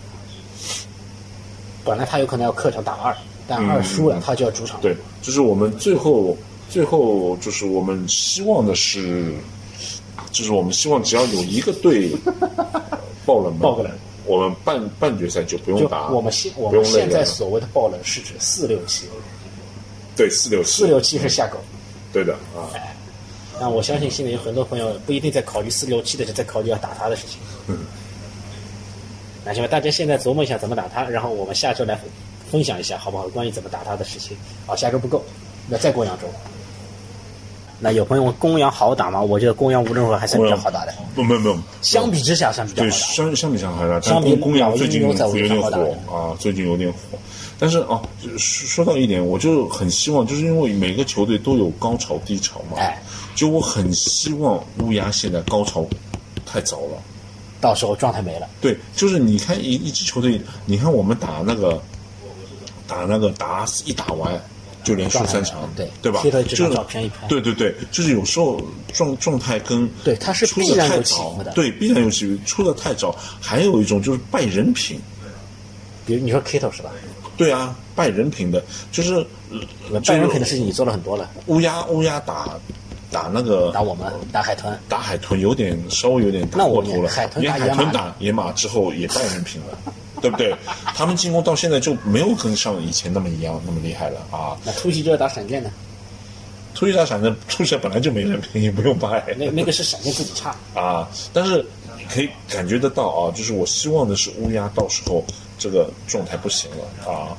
S2: 本来他有可能要客场打二，但二输了他就要主场。
S3: 嗯对，就是我们最后最后就是我们希望的是，就是我们希望只要有一个队 爆冷门，
S2: 爆个冷
S3: 我们半半决赛就不
S2: 就
S3: 用打，
S2: 我们现我
S3: 不用
S2: 们
S3: 累
S2: 现在
S3: 了
S2: 所谓的爆冷是指四六七，
S3: 对四六
S2: 四六哎七是下狗。
S3: 对的啊，
S2: 那我相信现在有很多朋友不一定在考虑四六七的，是在考虑要打他的事情。
S3: 嗯
S2: 那行吧，大家现在琢磨一下怎么打他，然后我们下周来分分享一下，好不好？关于怎么打他的事情。啊，下周不够，那再过两周。那有朋友问公羊好打吗？我觉得公羊无论如何还是比较好打的。
S3: 不没有没有，
S2: 相比之下，相比较
S3: 对，
S2: 好啊打。
S3: 相相比相还大，但
S2: 相比
S3: 公公羊
S2: 老
S3: 最近
S2: 鹰
S3: 有
S2: 牛仔我觉得
S3: 点
S2: 好打
S3: 火啊，最近有点火。但是啊，说说到一点，我就很希望，就是因为每个球队都有高潮低潮嘛，
S2: 哎
S3: 就我很希望乌鸦现在高潮太早了。
S2: 到时候状态没了，
S3: 对，就是你看一一支球队，你看我们打那个打那个达斯一打完就连输三场，
S2: 对
S3: 对吧？
S2: 踢了这
S3: 就
S2: 张
S3: 是
S2: 照片一拍
S3: 对对对，就是有时候状状态跟
S2: 对它是
S3: 出
S2: 必
S3: 的
S2: 然
S3: 太
S2: 有起
S3: 早
S2: 伏的，
S3: 对，必然有起伏，出的太早。还有一种就是败人品，
S2: 比如你说 Kato 是吧？
S3: 对啊，败人品的，就是呃
S2: 拜仁
S3: 就是
S2: 肯定事情你做了很多了，
S3: 乌鸦乌鸦打打那个
S2: 打我们，打海豚，
S3: 打海豚有点稍微有点打
S2: 那
S3: 过
S2: 我
S3: 头了，
S2: 海豚
S3: 你
S2: 打
S3: 海
S2: 野马
S3: 豚打野马之后也败人品了，对不对？ 他们进攻到现在就没有跟上以前那么一样那么厉害了啊！
S2: 那突袭就是打闪电的，
S3: 突击大闪的 出现本来就没人品，也不用败
S2: 那那个是闪电自己差。
S3: 啊。但是可以感觉得到啊，就是我希望的是乌鸦到时候这个状态不行了啊。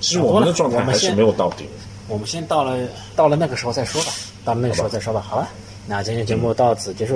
S3: 其实我们的状态还是没有到顶。
S2: 我们先到了到了那个时候再说吧，到了那个时候再说吧，好吧？那今天节目到此结束。